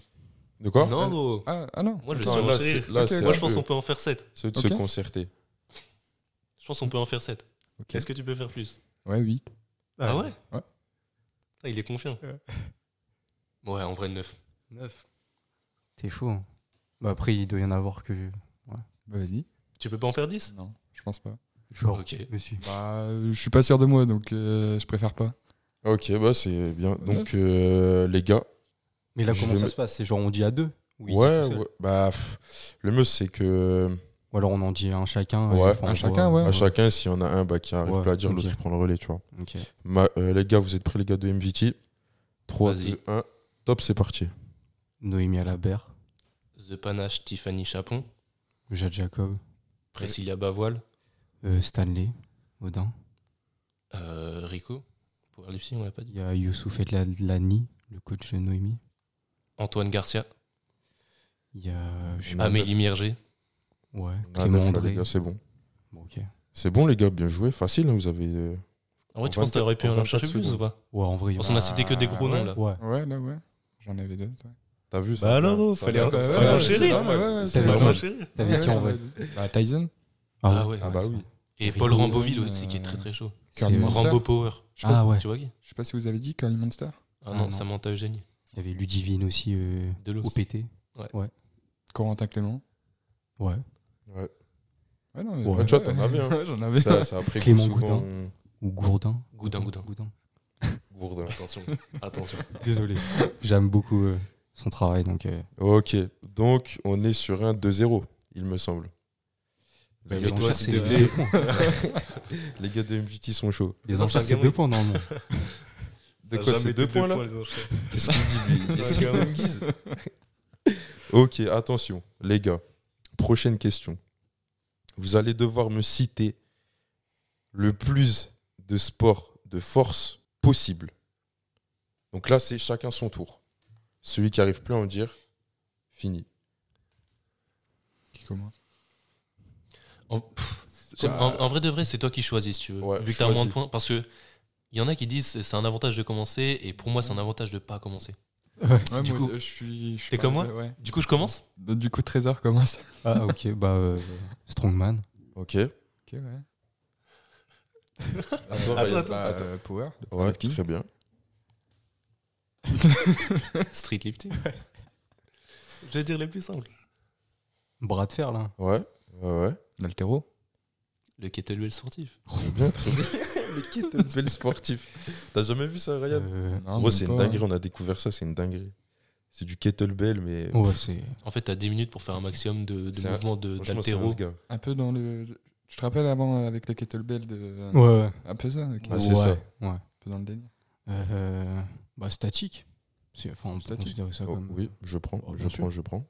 De quoi non, gros. Ah, ah non. Moi, je vais Attends, là, surenchérir. c'est- là, Ok, c'est ok. à Moi, je pense eux. qu'on peut en faire 7. C'est eux de se Ok. concerter. Je pense qu'on peut en faire 7. Ok. Est-ce que tu peux faire plus Ouais, 8. Ah, ouais Ouais. Ah, Il est confiant. Ouais. Ouais, en vrai, 9. C'est fou. hein. Bah après, il doit y en avoir que. Bah, vas-y. Tu peux pas en faire 10 Non, je pense pas. Genre, Ok. monsieur. Bah, euh, je suis pas sûr de moi, donc euh, je préfère pas. Ok, bah c'est bien. Donc, euh, les gars, Mais là, Je comment vais ça me- se passe C'est genre, on dit à deux ou il dit ouais, tout seul ouais, bah, pff, le mieux c'est que Ou alors on en dit un chacun. et Ouais. enfin, Un on chacun, voit. ouais. à chacun, s'il y en a un bah, qui arrive Ah, Ouais, pas à dire, ok. l'autre il prend le relais, tu vois. Ok. Ma- euh, les gars, vous êtes prêts, les gars de MVT 3, Vas-y. 2, 1, top, c'est parti. Euh, Noémie Alabert, The Panache, Tiffany Chapon, Jade Jacob, Priscilla Bavoile, euh, Stanley, Odin. euh, Rico, Powerlifting, on l'a pas dit. Il y a Youssouf Edlani, le coach de Noémie. Antoine Garcia, Il y a. je sais Bah, pas, Amélie Mierger, Ouais, On a Clément Ah, neuf, là, les André. gars, c'est bon. Bon, ok. C'est bon, les gars, bien joué, facile, hein, vous avez. euh, En vrai, En tu penses que t'aurais pu 24 en chercher plus secondes. ou pas Ouais, en vrai. il y Parce en qu'on a cité que des gros noms là. a- Ouais. Ouais, là, ouais. J'en avais deux. toi. T'as vu Bah ça alors, vient- oh, ça fallait vient un- comme ça. fallait Ouais, un c'est chéri, normal. Ah, bah ouais, ouais, C'est ouais, vraiment- ouais. T'avais qui en vrai Bah, Tyson. Bah, Ah ouais. Ah bah oui. Et Rico, Paul Ramboville euh, aussi, qui est très très chaud. Curly C'est- euh, Monster. Rambo Power. Je sais pas Ah si- ouais. Tu vois qui Je sais pas si vous avez dit Curly Monster. Ah Ah non, non. Samantha Eugénie. Il y avait Ludivine aussi, euh, De l'eau. OPT. Corentin Clément. Ouais. Ouais. Ouais, non, mais- Ouais, ouais, tu vois, t'en ouais. avais, hein. Ouais, J'en avais. Ça, ça a pris Clément souvent- Ou Gourdin. Goudin, Goudin. Goudin. Gourdin. Attention, attention. Désolé. J'aime beaucoup euh, son travail, donc. euh, Ok, donc on est sur un 2-0, il me semble. bah, Et les toi, enchères, s'il c'est te plaît. deux points. Les gars de MVT sont chauds. Les Ça, enchères, ça c'est gagne. deux points normalement. De quoi, c'est deux points, là Qu'est-ce qu'il dit, lui Est-ce qu'il a la même guise Ok, attention, les gars. Prochaine question. Vous allez devoir me citer le plus de sports de force possible. Donc là, c'est chacun son tour. Celui qui arrive plus à en dire, fini. Qui commence En, pff, comme- en- en vrai de vrai, c'est toi qui choisis, si tu veux. Bah, Ouais, vu que t'as moins de choisis. points. Parce que il y en a qui disent c'est un avantage de commencer, et pour moi, c'est un avantage de pas commencer. Ouais, Du moi, coup, je suis. je suis t'es pas- comme moi Ouais. Du coup, je commence Donc, Du coup, Trésor commence. Ah, ok, bah. euh, Strongman. Ok. Ok, ouais. Attends, attends, bah, attends, Bah, attends. euh, Power. le Ouais, powerlifting. très bien. Street lifting. Je vais dire les plus simples. Bras de fer, là. Ouais, ouais, ouais. L'altéro. Le kettlebell sportif. Très bien, très bien. Mais qui est un bel sportif T'as jamais vu ça, Ryan Euh, Non, En même gros, c'est pas, une hein. dinguerie, on a découvert ça, c'est une dinguerie. C'est du kettlebell, mais. Ouais, c'est. En fait, t'as 10 minutes pour faire un maximum de, de C'est un- mouvements de- Franchement, c'est un d'haltéro. gars. hein. Un peu dans le. Je te rappelle avant euh, avec le kettlebell de. euh, Ouais, ouais. Un peu ça, ok. Ah, un c'est ça. Ouais. peu dans le délire. Euh, bah, statique. C'est- Enfin, on peut Statique. considérer ça Oh, comme. oui, je prends, Oh, je bien prends, je prends.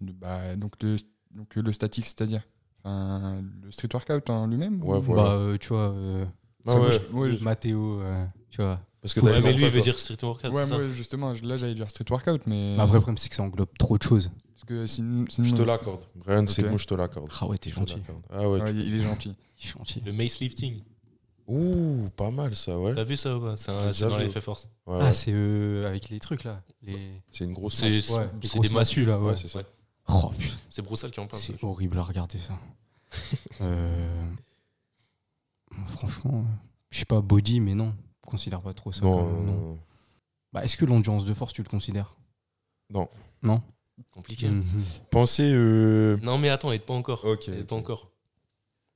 Le- Bah, donc le, donc le statique, c'est-à-dire enfin, le street workout en lui-même Ouais, ou- voilà. Bah, euh, tu vois, euh, Ah ouais, moi, je- Mathéo, euh, tu vois. parce que Ouais, Ouais, t'avais mais dit- lui, il veut dire street workout, ouais, c'est ça moi, justement, je- là j'allais dire street workout, mais. Mais Bah, après, le problème, c'est que ça englobe trop de choses. Parce que sinon- sinon- Je te l'accorde. Brian, c'est Mm. Ok. bon, je te l'accorde. Ah ouais, t'es Je te gentil. l'accorde. Ah ouais. Ouais, tu- il il est gentil. T'es gentil. Le mace lifting. Ouh, pas mal ça, ouais. T'as vu ça ou pas C'est J'ai un- déjà c'est dans vu. l'effet force. Ouais, ouais. Ah, c'est euh, avec les trucs, là. Les... C'est une grosse. C'est masse. Ouais, c'est les des grosses massues. massues, là, ouais. Ouais, c'est ça. Ouais. Oh, putain, C'est Broussal qui en parle. c'est horrible à regarder, ça. Euh, Franchement, euh, je sais pas, body, mais non. Je considère pas trop ça Non, comme non, nom. non. Bah, est-ce que l'endurance de force, tu le considères Non. Non Compliqué. Mhm. Pensez. euh, Non, mais attends, aide pas encore. Mm. Ok, Aide pas ok. Mm. encore.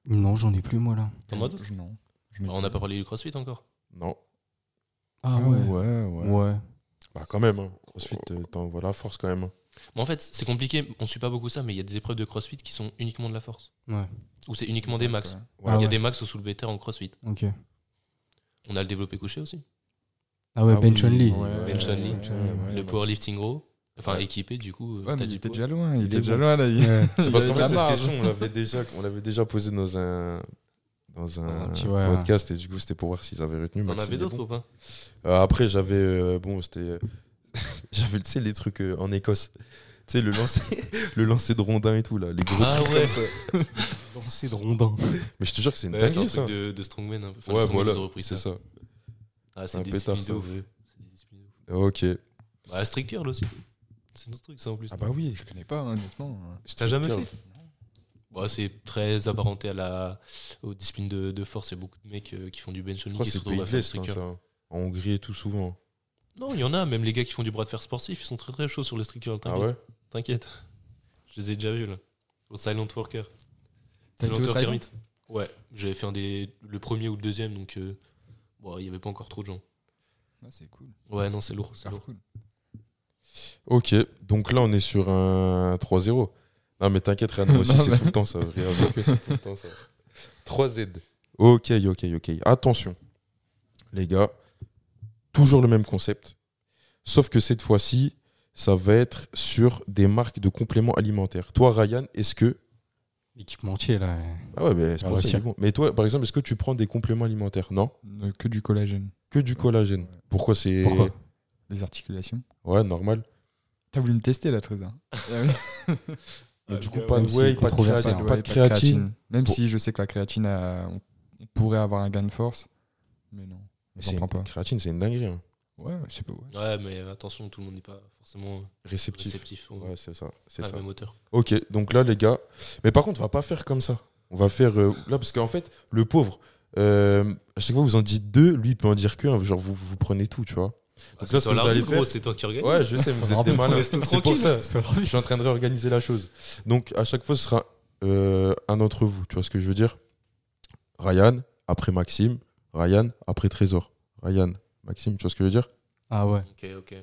Non, j'en ai plus, moi, là. T'en as d'autres Je- Non. Je Bah, On n'a m'étais- pas parlé du crossfit encore. Non. Ah ouais, ouais. Ouais. Bah, quand même. hein. Crossfit, euh, t'envoies la force quand même. hein. Mais en fait, c'est compliqué. On suit pas beaucoup ça, mais il y a des épreuves de crossfit qui sont uniquement de la force. Ouais. Ou c'est uniquement des max. Exact, Il Ah y a ouais. des max au soulevé de terre en crossfit. Ok. On a le développé couché aussi. Ah ouais, Ah Ben oui, Chun-Li. ouais, ouais. Ben Chun-Li. Ouais, ouais, le ouais. powerlifting gros. Enfin, Ouais. équipé, du coup. Ouais, t'as mais du il était poids. déjà loin. Il était était déjà bon. loin, là. il- C'est parce avait qu'en de la fait, cette marge. question, on l'avait déjà, on l'avait déjà posée dans un, dans un, un petit- ouais. podcast et du coup, c'était pour voir s'ils avaient retenu. On en Maxime avait est d'autres bon. ou pas Euh, Après, j'avais. euh, bon, c'était. euh, j'avais, tu sais, les trucs euh, en Écosse. Tu sais, le lancer, le lancer de rondin et tout, là. Les gros Ah trucs ouais. comme ça. Lancé de rondin. Mais je te jure que c'est une Ouais, C'est un dinguerie, ça. truc de, de Strongman. un peu. Enfin, Ouais, les Strongmen, voilà. ils ont repris C'est ça. ça. Ah, un c'est des pétard, disciplines de ça, ouf. ouais. C'est des disciplines de ouf. Ok. Bah, Strict Curl aussi. C'est notre truc, ça en plus. Ah bah oui. Je connais pas, hein, honnêtement. T'as jamais Curl. fait Bah, C'est très apparenté à la... aux disciplines de, de force. Il y a beaucoup de mecs euh, qui font du bench Je only crois qui que se c'est retrouvent pays à de faire du l'Est, strict hein, curl. ça. En Hongrie et tout, souvent. Non, il y en a, même les gars qui font du bras de fer sportif, ils sont très très chauds sur le strict curl. Ah T'inquiète. ouais T'inquiète. Je les ai déjà vus là. Au Silent Worker. T'as été au Silent Worker Silent Meet. Ouais, j'avais fait un des... le premier ou le deuxième, donc euh, bon, il n'y avait pas encore trop de gens. Ah, c'est cool. Ouais, non, c'est lourd. c'est C'est lourd. cool. Ok. Donc là, on est sur un 3-0. Non, mais t'inquiète, rien. Moi aussi, Non, c'est mais- tout le temps ça. Rien avec eux, c'est tout le temps ça. 3Z. Ok, ok, ok. Attention. Les gars, toujours le même concept. Sauf que cette fois-ci, ça va être sur des marques de compléments alimentaires. Toi, Ryan, est-ce que Équipementier, là. Ah ouais, mais c'est Ah pour ouais, ça, si. il est bon. Mais toi, par exemple, est-ce que tu prends des compléments alimentaires Non, Euh, Que du collagène. que du collagène. Ouais. Pourquoi c'est Pourquoi Les articulations. Ouais, normal. T'as voulu me tester, là, Trésor. Mais Ah, du le coup, gars, pas de whey, même s'il est pas de controversé, créatine, hein. pas de créatine. Même Pour- si je sais que la créatine, a- on on pourrait avoir un gain de force. Mais non, Mais j'en c'est prends une- pas. Créatine, c'est une dinguerie. hein. Ouais, ouais, c'est pas ouais. Ouais, mais attention, tout le monde n'est pas forcément Réceptif. Ah, réceptif au- Ouais, c'est ça, c'est à la ça. même hauteur. Ok, donc là, les gars. Mais par contre, on va pas faire comme ça. On va faire euh, là parce qu'en fait, le pauvre. euh, à chaque fois, vous en dites deux, lui il peut en dire qu'un. Genre, vous, vous prenez tout, tu vois. Ah, là, c'est ce toi que vous la allez roue, gros, faire- c'est toi qui organise. Ouais, je sais, vous êtes des malins. C'est pour ça. Je suis en train de réorganiser la chose. Donc, à chaque fois, ce sera euh, un d'entre vous. Tu vois ce que je veux dire Ryan, après Maxime. Ryan, après Trésor. Ryan, Maxime, tu vois ce que je veux dire Ah ouais. Ok, ok.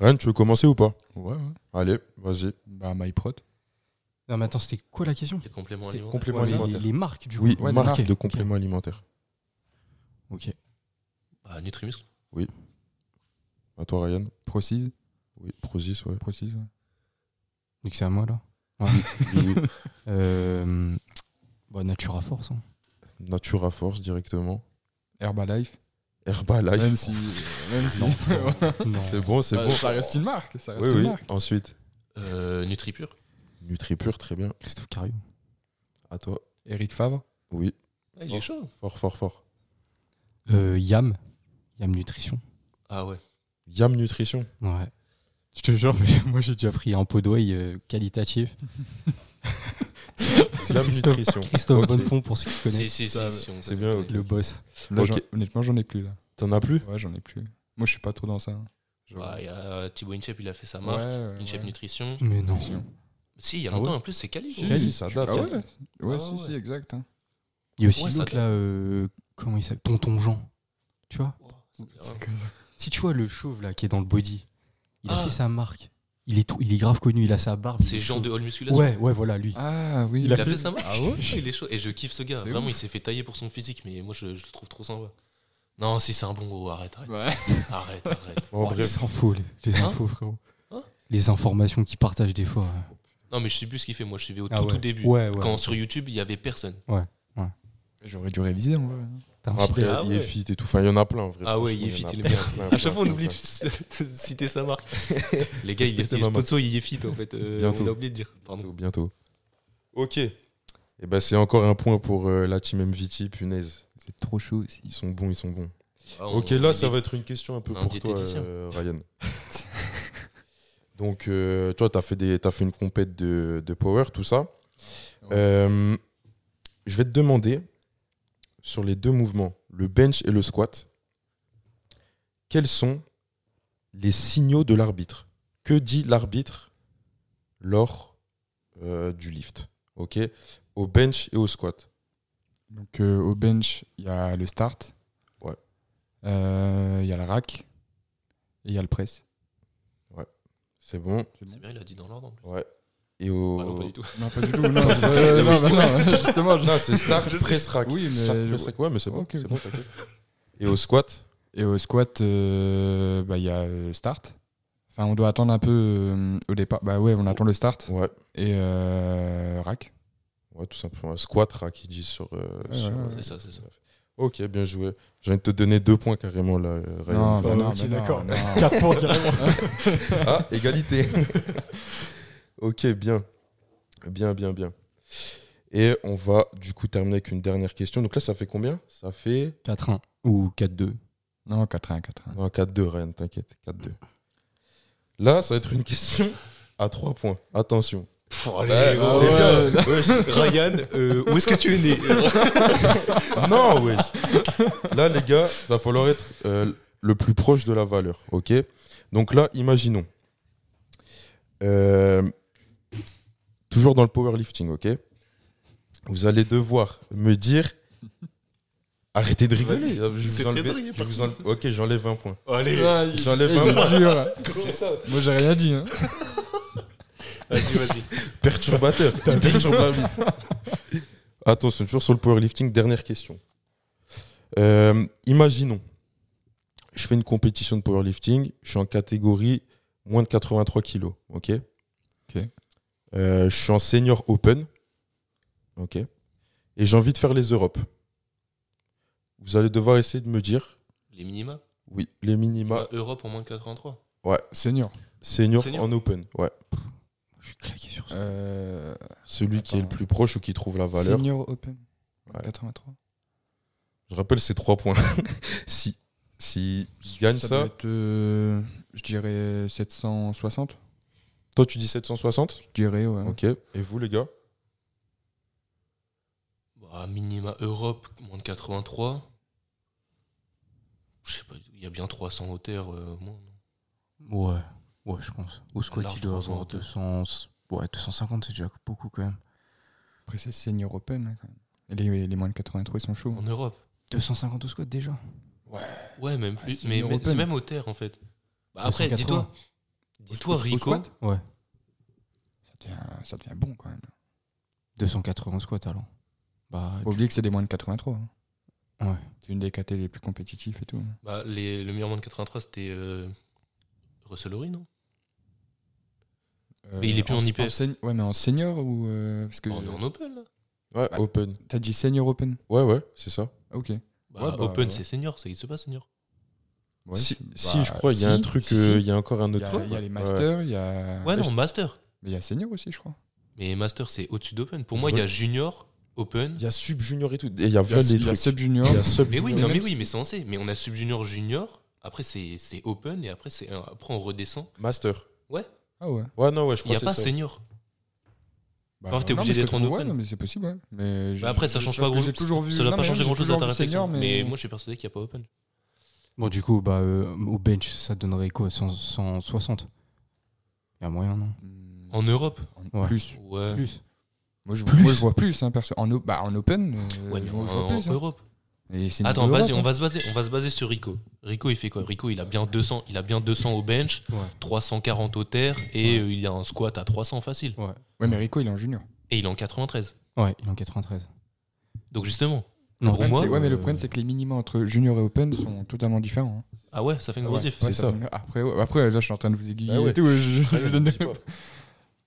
Ryan, tu veux commencer ou pas Ouais, ouais. Allez, vas-y. Bah, MyProt. Non, mais attends, c'était quoi la question Les compléments C'était alimentaires. complément Ouais, mais alimentaire. Les, les marques, du coup. Oui, ouais, marque marqué. de compléments alimentaires. Ok. Ah, Nutrimuscle. À toi, Ryan. Procise. Oui, Prozis, ouais. Procise, ouais. Donc c'est à moi, là. Ouais. Euh, bah, Natura Force. hein. Natura Force directement. Herbalife. Herbalife. Même si. euh, Même si. Ouais, Non. C'est bon, c'est Ouais, bon. Ça reste une marque. Ça reste Oui, une oui. marque. Ensuite, Euh, NutriPure. NutriPure, très bien. Christophe Cario. À toi. Eric Favre. Oui, Ah, il est chaud. fort, fort, fort. Euh, Yam. Yam Nutrition. Ah ouais. Yam Nutrition. Ouais. Je te jure, moi j'ai déjà pris un pot d'oeil qualitatif. C'est Yam Christophe, Nutrition. Christophe Ok. Bonnefond, pour ceux qui Si, connaissent. si, si, ça, si, on c'est connaît, bien, on ok. connaît. Le boss. Là, Ok. j'en- Honnêtement, j'en ai plus, là. T'en as plus Ouais, j'en ai plus. Moi, je suis pas trop dans ça. hein. Genre- Bah, il y a Thibaut Inchep, il a fait sa marque. Ouais, ouais, Inchep ouais. Nutrition. Mais non. Si, il y a Ah longtemps, ouais en plus, c'est Cali. Si, gros. si, ça date. Ah ouais hein. Ouais, Ah si, ouais. si, exact. hein. Il y a aussi Ouais, ça l'autre doit- là, euh, comment il s'appelle Tonton Jean. Tu vois Ouais, c'est bien. Si tu vois le chauve là qui est dans le body, il a Ah. fait sa marque. Il est, tout- il est grave connu, il a sa barbe. il C'est est Jean chaud. de Hall Musculation. Ouais, ouais, voilà, lui. Ah oui, Il a fait sa marque. Ah ouais Il est chaud. Et je kiffe ce gars. C'est Vraiment, ouf. il s'est fait tailler pour son physique, mais moi, je, je le trouve trop sympa. Non, si, c'est un bon gros. Arrête, arrête. Ouais. Arrête, arrête. Bon, Oh, bref. les infos, les, les Hein infos, frérot. Hein les informations qu'il partage des fois. euh, ouais. Non, mais je sais plus ce qu'il fait. Moi, je suivais au Ah tout, ouais. tout début. Ouais, ouais. Quand sur YouTube, il y avait personne. J'aurais dû réviser en vrai. T'as un Après, fidèle. Ah ouais. Yefit et tout. Enfin, il y en a plein, en vrai. Ah ouais, Franchement, Yefit, y en a il est bien. plein, À plein, chaque fois, on plein, oublie de, plein. de citer sa marque. Les gars, il est Respectez ma marque. sponsor, il est fit en fait. Euh, Bientôt. on a oublié de dire. Pardon. Bientôt, bientôt. Ok. Et ben, c'est encore un point pour euh, la team MVT, punaise. C'est trop chaud aussi. Ils sont bons, ils sont bons. Ah, on- Ok, là, on ça est- va être une question un peu un pour toi, diététicien. euh, Ryan. Donc, euh, toi, t'as fait, des- t'as fait une compète de, de power, tout ça. Ah Ouais. Euh, je vais te demander, sur les deux mouvements, le bench et le squat, quels sont les signaux de l'arbitre Que dit l'arbitre lors euh, du lift. Ok Au bench et au squat. Donc euh, au bench, il y a le start. Ouais. Euh, Il y a le rack. Et il y a le press. C'est bon C'est bon bien, il a dit dans l'ordre. en plus. Ouais. Et au. Ah non, pas du tout. Non, pas du tout. Non, Ouais, ouais, non, bah non, justement. je- Non, c'est start, press, rack. Oui, mais- Start, press, rack. Ouais, mais c'est bon. Ok, c'est ok. bon, t'inquiète. et au squat Et au squat, euh, bah, il y a euh, start. Enfin, on doit attendre un peu euh, au départ. Bah ouais, on attend le start Ouais. et euh, rack. Ouais, tout simplement. Squat, rack, ils disent sur. euh, Ouais, sur- ouais, ouais. C'est ça, c'est ça. Ok, bien joué. Je viens de te donner deux points carrément là, euh, Ryan. Non, bah Voilà. non, ok, bah non, d'accord. non. 4 points carrément. Ah, égalité. ok, bien. Bien, bien, bien. Et on va du coup terminer avec une dernière question. Donc là, ça fait combien Ça fait 4-1 ou 4-2. Non, 4-1, 4-1. non, 4-2, Ryan, t'inquiète. 4-2. Là, ça va être une question à 3 points. Attention. Pff, Ouais, allez, bah gros, ouais. gars, wesh, Ryan, euh, où est-ce que tu es né non, oui. Là, les gars, va falloir être euh, le plus proche de la valeur. OK Donc là, imaginons. Euh, toujours dans le powerlifting, OK Vous allez devoir me dire. Arrêtez de rigoler. Je C'est vous enlève- trésorier, je par vous enlève- ok, j'enlève un point. Oh, Allez, J'enlève Eh, un point. je jure. C'est ça. Moi, j'ai rien dit. hein. vas-y, vas-y. Perturbateur. Il perturbe la vie. Attention, toujours sur le powerlifting, dernière question. Euh, imaginons, je fais une compétition de powerlifting, je suis en catégorie moins de 83 kilos, ok Ok. Euh, je suis en senior open, ok Et j'ai envie de faire les Europes. Vous allez devoir essayer de me dire, Les minima oui, les minima Bah, Europe en moins de 83. Senior. senior, Senior. en open, ouais. Je suis claqué sur ça. Euh, Celui qui est le Attends. plus proche ou qui trouve la valeur. Senior Open. Ouais. 83. Je rappelle, c'est 3 points. si si il gagne ça, doit être, euh, je dirais 760. toi tu dis 760 Je dirais, ouais. Ok. Et vous les gars Bah, minima Europe, moins de 83. Je sais pas, il y a bien 300 hauteurs euh, au moins. non Ouais, ouais, je pense. Au squat, Large il doit avoir 300. 200... Ouais, 250, c'est déjà beaucoup quand même. Après, c'est Senior Open. hein, quand même. Et Les, les moins de 83, ils sont chauds. hein. En Europe 250 au squat déjà Ouais, même plus. Ah, c'est mais mais une européenne. c'est même hauteur en fait. Bah, après, 280. dis-toi, dis-toi Au- au Rico. squat Ouais, ça devient, ça devient bon quand même. 280 au squat alors. Bah, Faut oublier que c'est des moins de 83. hein. Ouais. C'est une des KT les plus compétitifs et tout. hein. Bah, les, le meilleur moins de 83, c'était euh, Russell Horry, non Mais il est plus en IPF. sen- Ouais, mais Euh, en senior ou. euh, parce que Oh, Oh, On est en Open là. Ouais, Bah. open. T'as dit senior open Ouais, ouais, c'est ça. Ah, Ok. Bah, Ouais, bah, open, ouais. c'est senior, ça existe pas senior. Ouais, si, bah, si, je crois, il y a si, un truc, si, euh, il si. y a encore un Il y autre. a, truc. il y a les Ouais. masters, il y a. Ouais, Mais non, master. Il y a senior aussi, je crois. Mais master, c'est au-dessus d'open. Pour Je moi, il y a vois- junior, open. Il y a sub junior et tout. Et il y a Il y a, vraiment des il y a trucs. sub junior. Il y a sub Mais oui, junior. non, mais oui, mais ça on sait. Mais on a sub-junior, junior. Après, c'est c'est open et après, c'est euh, après on redescend. Master. Ah ouais. Ouais, non, ouais, je Il crois n'y a que c'est pas ça. senior. Bah, Par contre, t'es non, obligé mais je te d'être en trouve- ouais, open. non, mais c'est possible, ouais. Mais je- Bah après, ça je- change parce pas que grand J'ai toujours vu. Ça doit non, pas mais changer j'ai grand chose toujours dans ta vu réflexion. senior, Mais... mais- moi, je suis persuadé qu'il n'y a pas open. Bon, du coup, bah, euh, au bench, ça donnerait quoi 100 160 Il y a moyen, non Hmm, En Europe en- Ouais. Plus. Ouais. Plus. Moi, je, Plus. moi, je vois plus, hein, perso. En, o- bah, en open, euh, Ouais, mais je en, vois, je vois en plus. hein. Europe. Et c'est une Attends, Europe, vas-y, on hein. va se baser, on va se baser sur Rico. Rico, il fait quoi Rico, il a bien 200, il a bien 200 au bench, Ouais. 340 au terre et euh, il a un squat à 300 facile. Ouais, mais Rico, il est en junior. Et il est en 93. Ouais, il est en 93. Donc justement, Non, Pour Le problème, moi, c'est- ouais, mais le euh, problème, c'est que les minima entre junior et open sont totalement différents. hein. ah ouais, ça fait une grosse diff. C'est Ouais, ça. fait une- Après, ouais, après, là, je suis en train de vous aiguiller Ah ouais. et tout. je- je- je Ouais, donne- dis pas.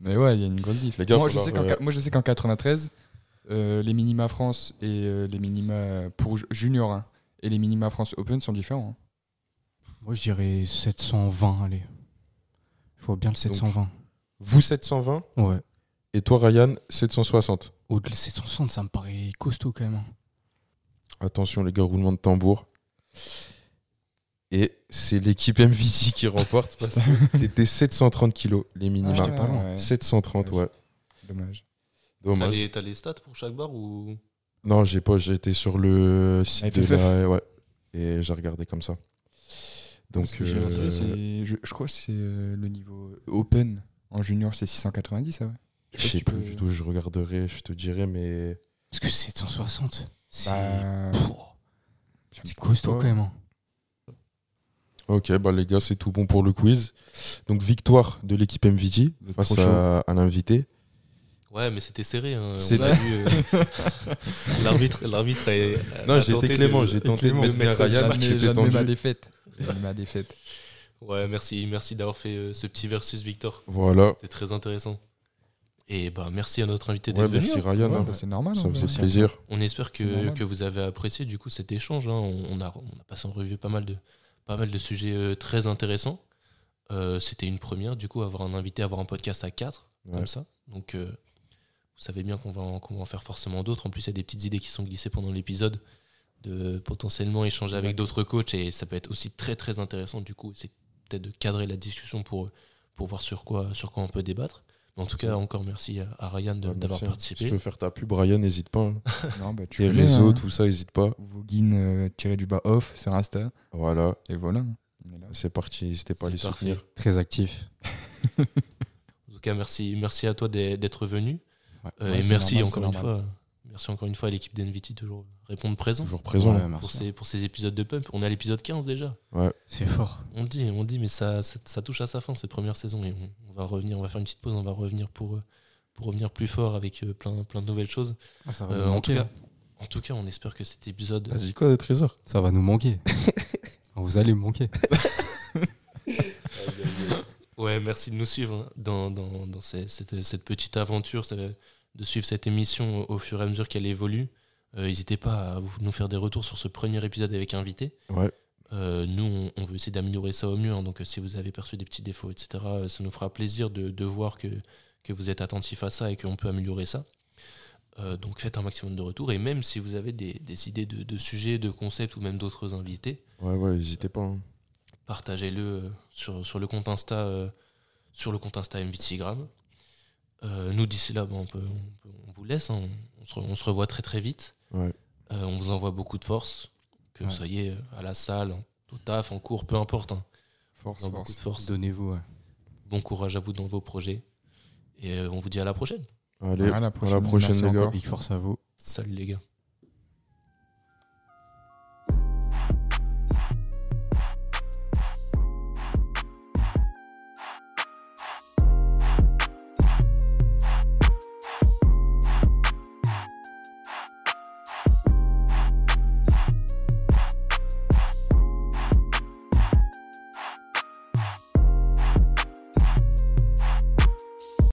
Mais ouais, il y a une grosse diff. Les gars, moi, faut je sais leur- qu'en ca- moi, je sais qu'en 93, euh, les minima France et euh, les minima pour ju- junior 1 et les minima France Open sont différents. hein. Moi, je dirais 720, allez. Je vois bien le 720. Vous 720 ouais. et toi Ryan 760. Au-delà de 760, ça me paraît costaud quand même. hein. Attention les gars, roulement de tambour. Et c'est l'équipe MVT qui remporte parce que c'était 730 kilos les minima. Ah, j'étais pas loin. Ouais. 730, ouais. Dommage. T'as Dommage. les, t'as les stats pour chaque barre ou Non, j'ai pas, j'étais sur le site de FFF. la- ouais. Et j'ai regardé comme ça. Donc, Parce que j'ai euh, regardé, c'est- je, je crois que c'est euh, le niveau Open En junior, c'est 690, ça, ouais. Je sais tu plus peux- du tout, je regarderai, je te dirai, mais. Parce que 760, c'est Bah, Pff, ça me c'est costaud Ouais. quand même. hein. Ok, bah les gars, c'est tout bon pour le quiz. Donc, victoire de l'équipe MVT Vous êtes face trop chaud. à, à l'invité. Ouais, mais c'était serré. hein. On C'était- a vu, euh, L'arbitre, l'arbitre est. Non, j'ai été Clément, j'ai tenté de Clément. mettre bien mettre Ryan, Jack. qui était J'admets ma tendu. défaite. J'admets ma défaite. Ouais, merci, merci d'avoir fait euh, ce petit versus Victor. Voilà. C'était très intéressant. Et bah merci à notre invité Ouais, d'être venu. merci Ryan, Ouais, hein. bah, c'est normal. ça hein, me bah. faisait plaisir. On espère que, C'est normal. que vous avez apprécié du coup cet échange. hein. On, on a, on a passé en revue pas mal de, pas mal de sujets euh, très intéressants. Euh, C'était une première, du coup, avoir un invité, avoir un podcast à 4, Ouais. comme ça. Donc, euh, vous savez bien qu'on va, en- qu'on va en faire forcément d'autres. En plus, il y a des petites idées qui sont glissées pendant l'épisode de potentiellement échanger avec d'autres coachs et ça peut être aussi très très intéressant. Du coup, c'est peut-être de cadrer la discussion pour, pour voir sur quoi, sur quoi on peut débattre. Mais en tout cas, encore merci à- à Ryan de- Ouais, d'avoir merci, hein. participé. Si tu veux faire ta pub, Ryan, n'hésite pas. hein. Non, bah, tu Les connais, réseaux, hein. tout ça, n'hésite pas. Voguin euh, tiré du bas off sur Insta. Voilà, Et voilà. On est là. c'est parti, n'hésitez pas à C'est les parfait. soutenir. Très actif. En tout cas, merci, merci à toi d'e- d'être venu. Ouais. Euh, Ouais, et c'est merci normal, encore c'est une normal. fois. Merci encore une fois à l'équipe d'NVT toujours répondre présent Toujours présent. Ouais, hein. merci. pour ces, pour ces épisodes de Pump. On est à l'épisode 15 déjà. C'est fort. On le dit, on le dit, mais ça, ça, ça touche à sa fin cette première saison. Et on, on va revenir, on va faire une petite pause, on va revenir pour, euh, pour revenir plus fort avec euh, plein, plein de nouvelles choses. ça, Euh, en, hein. tout cas, en tout cas, on espère que cet épisode. T'as dit quoi de trésor ça va nous manquer. Vous allez me manquer. Ouais, merci de nous suivre hein, dans, dans, dans ces- cette, cette petite aventure, ce- de suivre cette émission au fur et à mesure qu'elle évolue. Euh, N'hésitez pas à vous- nous faire des retours sur ce premier épisode avec invité. Ouais. Euh, nous, on, on veut essayer d'améliorer ça au mieux. hein, donc, euh, si vous avez perçu des petits défauts, etc., euh, ça nous fera plaisir de, de voir que, que vous êtes attentif à ça et qu'on peut améliorer ça. Euh, donc, faites un maximum de retours. Et même si vous avez des, des idées de, de sujets, de concepts ou même d'autres invités, Ouais, ouais, n'hésitez pas. hein. partagez-le euh, sur, sur le compte Insta euh, sur le compte Insta MVTgram. Euh, nous d'ici là, bon, on, peut, on peut- on vous laisse, hein, on, on se, re- on se revoit très très vite. Ouais. Euh, on vous envoie beaucoup de force, que Ouais. vous soyez euh, à la salle, en- au taf, en cours, peu importe. hein. Force, On a beaucoup force. de force. Donnez-vous. ouais. Bon courage à vous dans vos projets et euh, on vous dit à la prochaine. Allez, À la à la prochaine, prochaine, merci les gars. encore. Big force à vous. Salut les gars.